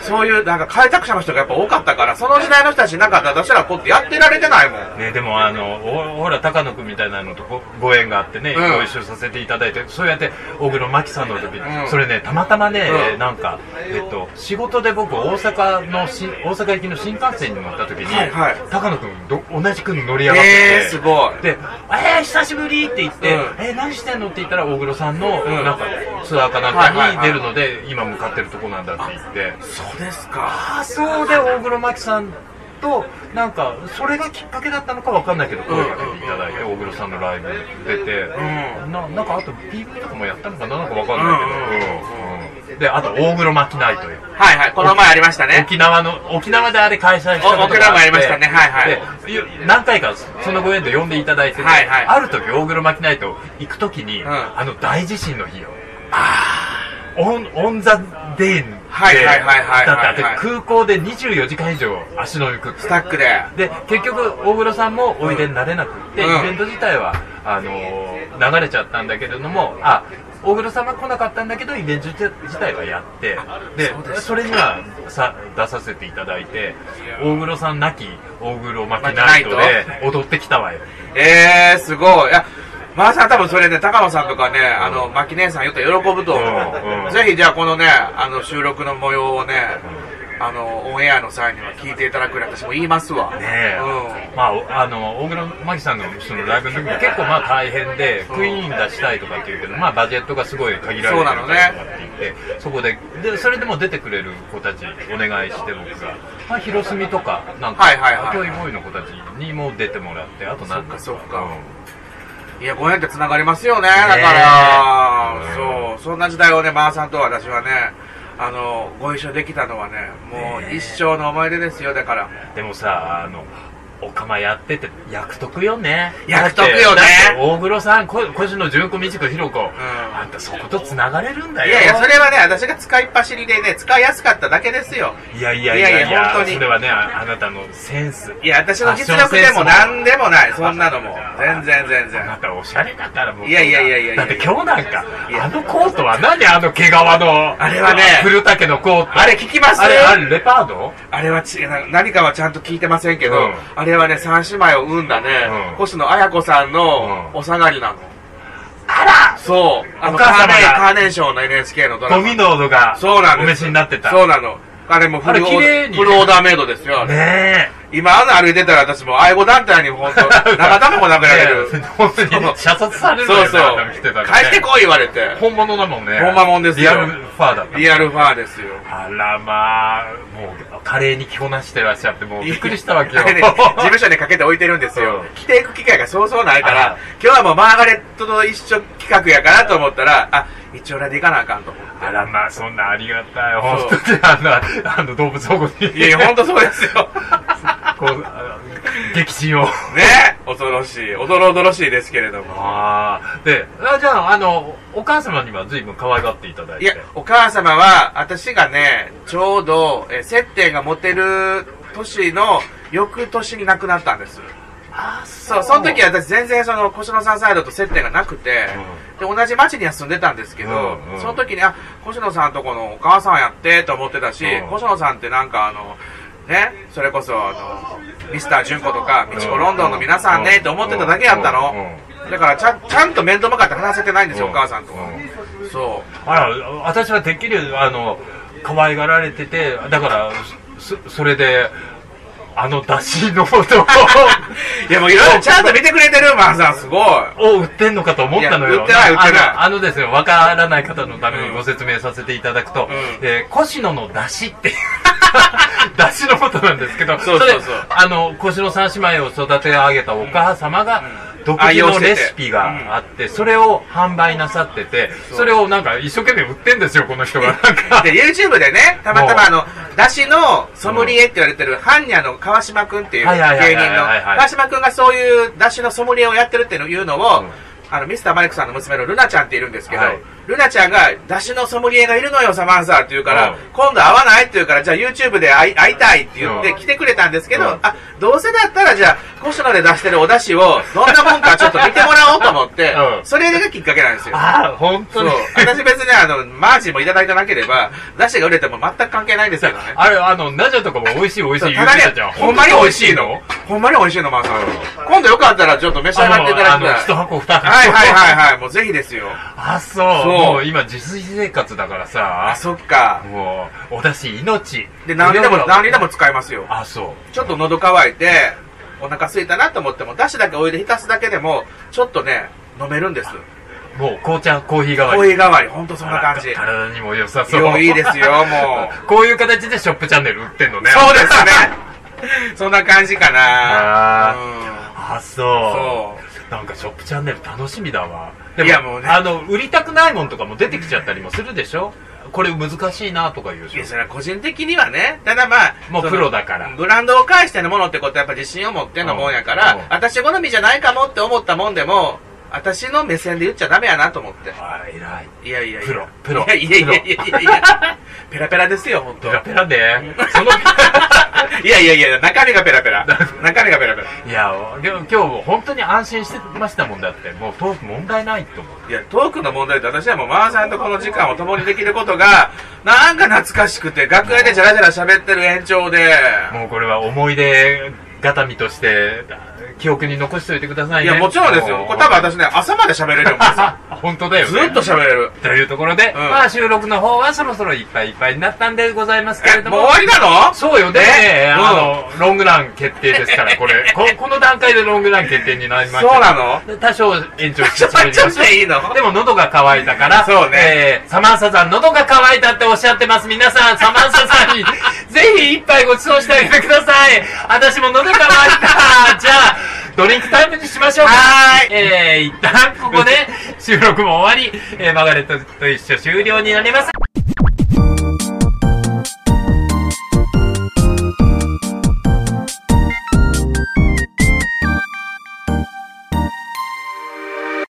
[SPEAKER 3] そういうなんか開拓者の人がやっぱ多かったから、その時代の人たちいなかったら私らこうやってやってられてないもん。
[SPEAKER 2] ね、でもあのおほら高野君みたいなのとごご縁があってね、
[SPEAKER 3] うん
[SPEAKER 2] ご一緒させていただいてそうやって大黒摩季さんの時に、
[SPEAKER 3] うん
[SPEAKER 2] それねたまたまね、
[SPEAKER 3] うん
[SPEAKER 2] なんか、えっと、仕事で僕大阪のし大阪行きの新幹線に乗った時に、
[SPEAKER 3] はいはい
[SPEAKER 2] 高野君ど同じく乗り上がって
[SPEAKER 3] え
[SPEAKER 2] て
[SPEAKER 3] ー、すごい。
[SPEAKER 2] で「えー、久しぶり!」って言って「
[SPEAKER 3] うん
[SPEAKER 2] えー、何してんの?」って言ったら大黒さんの、
[SPEAKER 3] ん
[SPEAKER 2] なんかツアーかなんか
[SPEAKER 3] はいはい
[SPEAKER 2] に
[SPEAKER 3] はい
[SPEAKER 2] 出るので、今向かってるとこなんだって言って
[SPEAKER 3] そうですか。
[SPEAKER 2] ああそうで大黒摩季さんとなんかそれがきっかけだったのかわかんないけど声かけていただいて大黒さんのライブ出て、
[SPEAKER 3] ん
[SPEAKER 2] ななんかあと PV とかもやったのかななんかわかんないけど、
[SPEAKER 3] うん
[SPEAKER 2] うんであと大黒摩季ナイトよ
[SPEAKER 3] はいはい、この前ありましたね。
[SPEAKER 2] 沖縄の沖縄であれ開催したことがあって
[SPEAKER 3] お沖縄もやりましたねはいはい
[SPEAKER 2] でゆ何回かそのご縁で呼んでいただいてて、
[SPEAKER 3] はいはい
[SPEAKER 2] ある時大黒摩季ナイト行く時に、
[SPEAKER 3] ん
[SPEAKER 2] あの大地震の日よオンオン・ザ・デインで
[SPEAKER 3] はいはいはいはいはいはい
[SPEAKER 2] だってあれ空港で24時間以上足の行く
[SPEAKER 3] スタックで。
[SPEAKER 2] で結局大黒さんもおいでになれなくって、
[SPEAKER 3] うん
[SPEAKER 2] イベント自体はあのー流れちゃったんだけれどもあ大黒さんは来なかったんだけどイベント自体はやってでそれにはさ出させていただいて大黒さんなき大黒巻きナイトで踊ってきたわよ
[SPEAKER 3] えー、すごい。いや、まーさん多分それね、高野さんとかね、あの、牧姉さん言ったら喜ぶと思
[SPEAKER 2] うんう
[SPEAKER 3] う。
[SPEAKER 2] ん
[SPEAKER 3] ぜひじゃあこのね、あの、収録の模様をね、あの、オンエアの際には聞いていただくように私も言いますわ。
[SPEAKER 2] ねえ、
[SPEAKER 3] う
[SPEAKER 2] まあおあの大黒摩季さんのそのライブの時も結構まあ大変でクイーン出したいとかっていうけどまあバジェットがすごい限られてるからとかって言ってそこででそれでも出てくれる子たちお願いして僕が、まあ、広住とかなんか
[SPEAKER 3] はいはいはい
[SPEAKER 2] トイボーイの子たちにも出てもらってあとなんか
[SPEAKER 3] そっかそっか
[SPEAKER 2] うん
[SPEAKER 3] ん。いや、ご縁って繋がりますよね、だか
[SPEAKER 2] ね
[SPEAKER 3] ら。
[SPEAKER 2] え
[SPEAKER 3] そう、そんな時代をね、まーさんと私はね、あの、ご一緒できたのはね、も
[SPEAKER 2] ね
[SPEAKER 3] う
[SPEAKER 2] え
[SPEAKER 3] 一生の思い出ですよ、だから。
[SPEAKER 2] でもさあのお釜やってて役得よね
[SPEAKER 3] 役得よね
[SPEAKER 2] だってだって大黒さんこ越野純子美智子ひろ子、あんたそことつながれるんだよ
[SPEAKER 3] いやいや、それはね、私が使いっ走りでね、使いやすかっただけですよ。
[SPEAKER 2] いやいやいやいや
[SPEAKER 3] いやいや本当に
[SPEAKER 2] それはねああなたのセンス
[SPEAKER 3] いや、私の実力でも何でもない、そんなのも。全然全
[SPEAKER 2] あな
[SPEAKER 3] 然。
[SPEAKER 2] たおしゃれだからもう
[SPEAKER 3] いやいやいやいやいや
[SPEAKER 2] だって今日なんか
[SPEAKER 3] いや
[SPEAKER 2] あのコートは何あの毛皮の
[SPEAKER 3] あれはね
[SPEAKER 2] 古竹のコート
[SPEAKER 3] あれ聞きます
[SPEAKER 2] あれあれレパード
[SPEAKER 3] あれはちな何かはちゃんと聞いてませんけど、
[SPEAKER 2] うん
[SPEAKER 3] あれはね、三姉妹を産んだね、
[SPEAKER 2] うん
[SPEAKER 3] 星野綾子さんの
[SPEAKER 2] うん
[SPEAKER 3] お下がりなの。
[SPEAKER 2] あら
[SPEAKER 3] そう。あの、
[SPEAKER 2] お
[SPEAKER 3] カ
[SPEAKER 2] 母
[SPEAKER 3] ー
[SPEAKER 2] 様
[SPEAKER 3] ネ
[SPEAKER 2] が
[SPEAKER 3] カーネーションの NHK のドラ
[SPEAKER 2] ド
[SPEAKER 3] マ。
[SPEAKER 2] ミノードが
[SPEAKER 3] そうなん
[SPEAKER 2] お
[SPEAKER 3] で
[SPEAKER 2] 召
[SPEAKER 3] す。
[SPEAKER 2] しになってた
[SPEAKER 3] そうなの。あれもフ
[SPEAKER 2] あれ
[SPEAKER 3] ルオ
[SPEAKER 2] 綺麗
[SPEAKER 3] ー
[SPEAKER 2] に
[SPEAKER 3] フルオーダーメイドですよ。あれ
[SPEAKER 2] ねえ
[SPEAKER 3] 今、あの歩いてたら私もう愛護団体に本 当生卵殴られる。
[SPEAKER 2] ねえ 本当にね射殺され
[SPEAKER 3] そ
[SPEAKER 2] る
[SPEAKER 3] う
[SPEAKER 2] わよね
[SPEAKER 3] そ
[SPEAKER 2] あんたの着てた
[SPEAKER 3] う。
[SPEAKER 2] らね
[SPEAKER 3] 帰ってこい言われて。
[SPEAKER 2] 本物だもんね
[SPEAKER 3] 本物もんです
[SPEAKER 2] リ
[SPEAKER 3] よ
[SPEAKER 2] アルファーだった
[SPEAKER 3] リアルファーですよ。
[SPEAKER 2] あらまあもう華麗に着こなしてらっしゃってもうびっくりしたわけよ
[SPEAKER 3] あれね事務所にかけて置いてるんですよ
[SPEAKER 2] うん。
[SPEAKER 3] 着ていく機会がそうそうないか
[SPEAKER 2] あ
[SPEAKER 3] ら、今日はもうマーガレットと一緒企画やからと思ったら、あ、一応俺で行かなあかんと思っ
[SPEAKER 2] あらまあそんなありがたい
[SPEAKER 3] そう
[SPEAKER 2] 本当にあのあの動物保護に
[SPEAKER 3] て。いやいや、ほんとそうですよ。
[SPEAKER 2] こうあの激震を
[SPEAKER 3] ね恐ろしい。おどろおどろしいですけれども。
[SPEAKER 2] ああであじゃああのお母様には随分可愛がっていただい
[SPEAKER 3] い
[SPEAKER 2] て
[SPEAKER 3] や、お母様は、私がね、ちょうど、えー接点が持てる年の翌年に亡くなったんです。
[SPEAKER 2] あ
[SPEAKER 3] そう、その時は私全然その、星野さんサイドと接点がなくて、で、同じ町には住んでたんですけど、
[SPEAKER 2] うんうん
[SPEAKER 3] その時に、あ、星野さんとこのお母さんやってと思ってたし、
[SPEAKER 2] うん
[SPEAKER 3] 星野さんってなんかあの、ね、それこそあの、ミスター純子とか、みちこロンドンの皆さんね、と思ってただけやったの。だからちゃん、ちゃんと面と向かって話せてないんですよ、お母さんとは。そ
[SPEAKER 2] あら、私はてっきり、あの、可愛がられてて、だから、そ、それで、あの出汁のことを
[SPEAKER 3] う。いや、もういろいろちゃんと見てくれてる、マーさん、すごい。
[SPEAKER 2] を売ってんのかと思ったの
[SPEAKER 3] い
[SPEAKER 2] よ。
[SPEAKER 3] や売ってない売ってない
[SPEAKER 2] あのあのですね、わからない方のためにご説明させていただくと、
[SPEAKER 3] うん
[SPEAKER 2] えーコシノの出汁 っていう出汁のことなんですけど、
[SPEAKER 3] そうそうそう
[SPEAKER 2] れあの、コシノ三姉妹を育て上げたお母様が、独
[SPEAKER 3] 愛
[SPEAKER 2] 自
[SPEAKER 3] 用
[SPEAKER 2] の
[SPEAKER 3] してて
[SPEAKER 2] レシピがあって、それを販売なさってて、
[SPEAKER 3] そう
[SPEAKER 2] それをなんか一生懸命売ってんですよ、この人が。なんか。
[SPEAKER 3] で、YouTube でね、たまたまあの、だしのソムリエって言われてる、ハンニャの川島くんっていう芸
[SPEAKER 2] はいはいはい
[SPEAKER 3] 人の、
[SPEAKER 2] はいはいはい
[SPEAKER 3] 川島くんがそういうだしのソムリエをやってるっていうのを、
[SPEAKER 2] うん
[SPEAKER 3] あの、ミスターマリックさんの娘のルナちゃんっているんですけど、
[SPEAKER 2] はい
[SPEAKER 3] ルナちゃんが、だしのソムリエがいるのよ、サマンサーって言うから、
[SPEAKER 2] うん
[SPEAKER 3] 今度会わないって言うから、じゃあ YouTube で会い会いたいって言っ
[SPEAKER 2] う
[SPEAKER 3] て
[SPEAKER 2] ん
[SPEAKER 3] 来てくれたんですけど、
[SPEAKER 2] うん
[SPEAKER 3] あ、どうせだったらじゃあ、コシノで出してるお出汁を、どんなもんかちょっと見てもらおうと思って、
[SPEAKER 2] うん
[SPEAKER 3] それがきっかけなんですよ。
[SPEAKER 2] ああ、本当
[SPEAKER 3] そう
[SPEAKER 2] に。。
[SPEAKER 3] 私別にあの、マージンもいただいてなければ、出汁が売れても全く関係ないんですけどね。
[SPEAKER 2] あれ、あの、ナジャとかも美味しい美味し
[SPEAKER 3] そう
[SPEAKER 2] い
[SPEAKER 3] た
[SPEAKER 2] 言
[SPEAKER 3] だ
[SPEAKER 2] って
[SPEAKER 3] ね
[SPEAKER 2] たじゃん。
[SPEAKER 3] ほんまに美味しいのほんまに美味しいの、マーさん。今度よかったらちょっと召し上がっていただき
[SPEAKER 2] あ
[SPEAKER 3] たい。
[SPEAKER 2] の、あの一箱二箱。
[SPEAKER 3] はいはいはいはい。もうぜひですよ。
[SPEAKER 2] あ、そう。
[SPEAKER 3] そう
[SPEAKER 2] もう今自炊生活だから
[SPEAKER 3] あ、
[SPEAKER 2] さ、
[SPEAKER 3] そっか。
[SPEAKER 2] もう、お出汁命。
[SPEAKER 3] で、何にで
[SPEAKER 2] いろ
[SPEAKER 3] も、
[SPEAKER 2] いろ
[SPEAKER 3] 何にでも使えますよ。
[SPEAKER 2] あ、そう。
[SPEAKER 3] ちょっと喉乾いて、お腹空いたなと思っても、出汁だけお湯で浸すだけでも、ちょっとね、飲めるんです。
[SPEAKER 2] もう紅茶、コーヒー代わり。
[SPEAKER 3] お湯代わり、ほんとそんな感じ。
[SPEAKER 2] あら体にも良さそう。
[SPEAKER 3] よいいですよも
[SPEAKER 2] こういう形でショップチャンネル売ってんのね。
[SPEAKER 3] そうですね。そんな感じかな。
[SPEAKER 2] あ
[SPEAKER 3] うん
[SPEAKER 2] あ、そう。
[SPEAKER 3] そう。
[SPEAKER 2] なんかショップチャンネル楽しみだわ。
[SPEAKER 3] いやもうね
[SPEAKER 2] あの、売りたくないもんとかも出てきちゃったりもするでしょこれ難しいなとか言う
[SPEAKER 3] い
[SPEAKER 2] で
[SPEAKER 3] や、
[SPEAKER 2] し
[SPEAKER 3] そ
[SPEAKER 2] ょ
[SPEAKER 3] れは個人的にはね、ただまあ、
[SPEAKER 2] もう
[SPEAKER 3] その
[SPEAKER 2] プロだから
[SPEAKER 3] ブランドを介してのものってことはやっぱ自信を持ってのもんやか
[SPEAKER 2] うんうん
[SPEAKER 3] ら、私好みじゃないかもって思ったもんでも、私の目線で言っちゃダメやなと思って。
[SPEAKER 2] あー、偉い。
[SPEAKER 3] いやいやいや。
[SPEAKER 2] プロプロ
[SPEAKER 3] いやいやいやいやいやいや。 ペラペラですよ、ほんと。
[SPEAKER 2] ペ
[SPEAKER 3] い
[SPEAKER 2] ラペラ ね。その、
[SPEAKER 3] やいやいや、中身がペラペラ。中身がペラペラ。
[SPEAKER 2] いや、でも今日も本当に安心してましたもんだって。もうトーク問題ないと思う。
[SPEAKER 3] いや、トークの問題って私はもう、マーさんとこの時間を共にできることが、なんか懐かしくて、楽屋でじゃらじゃら喋ってる延長で、
[SPEAKER 2] もうこれは思い出固みとして、記憶に残しておいてください
[SPEAKER 3] い
[SPEAKER 2] ね。
[SPEAKER 3] や、もちろんですよ。これ多分私ね、朝まで喋れると思うんで すよ。
[SPEAKER 2] あ本当だよ、
[SPEAKER 3] ず
[SPEAKER 2] ね。
[SPEAKER 3] っと喋れる。
[SPEAKER 2] というところで、
[SPEAKER 3] ん
[SPEAKER 2] まあ収録の方はそろそろいっぱいいっぱいになったんでございますけ
[SPEAKER 3] え
[SPEAKER 2] れ、ど
[SPEAKER 3] も
[SPEAKER 2] も。
[SPEAKER 3] う終わりなの
[SPEAKER 2] そうよね。
[SPEAKER 3] えうん
[SPEAKER 2] あの、ロングラン決定ですから、これ。こ この段階でロングラン決定になりました。
[SPEAKER 3] そうなの
[SPEAKER 2] で多少延長して
[SPEAKER 3] ちょっ
[SPEAKER 2] 喋りましょう
[SPEAKER 3] といいの
[SPEAKER 2] でも喉が渇いたから、
[SPEAKER 3] そうね
[SPEAKER 2] えーサマンサさん喉が渇いたっておっしゃってます。皆さん、サマンサさん に、ぜひ一杯ご馳走してあげてください。私も喉渇いた。じゃあ、ドリンクタイムにしましょうか。
[SPEAKER 3] はーい
[SPEAKER 2] えー、一旦ここで収録も終わり、えーマガレットと一緒終了になります。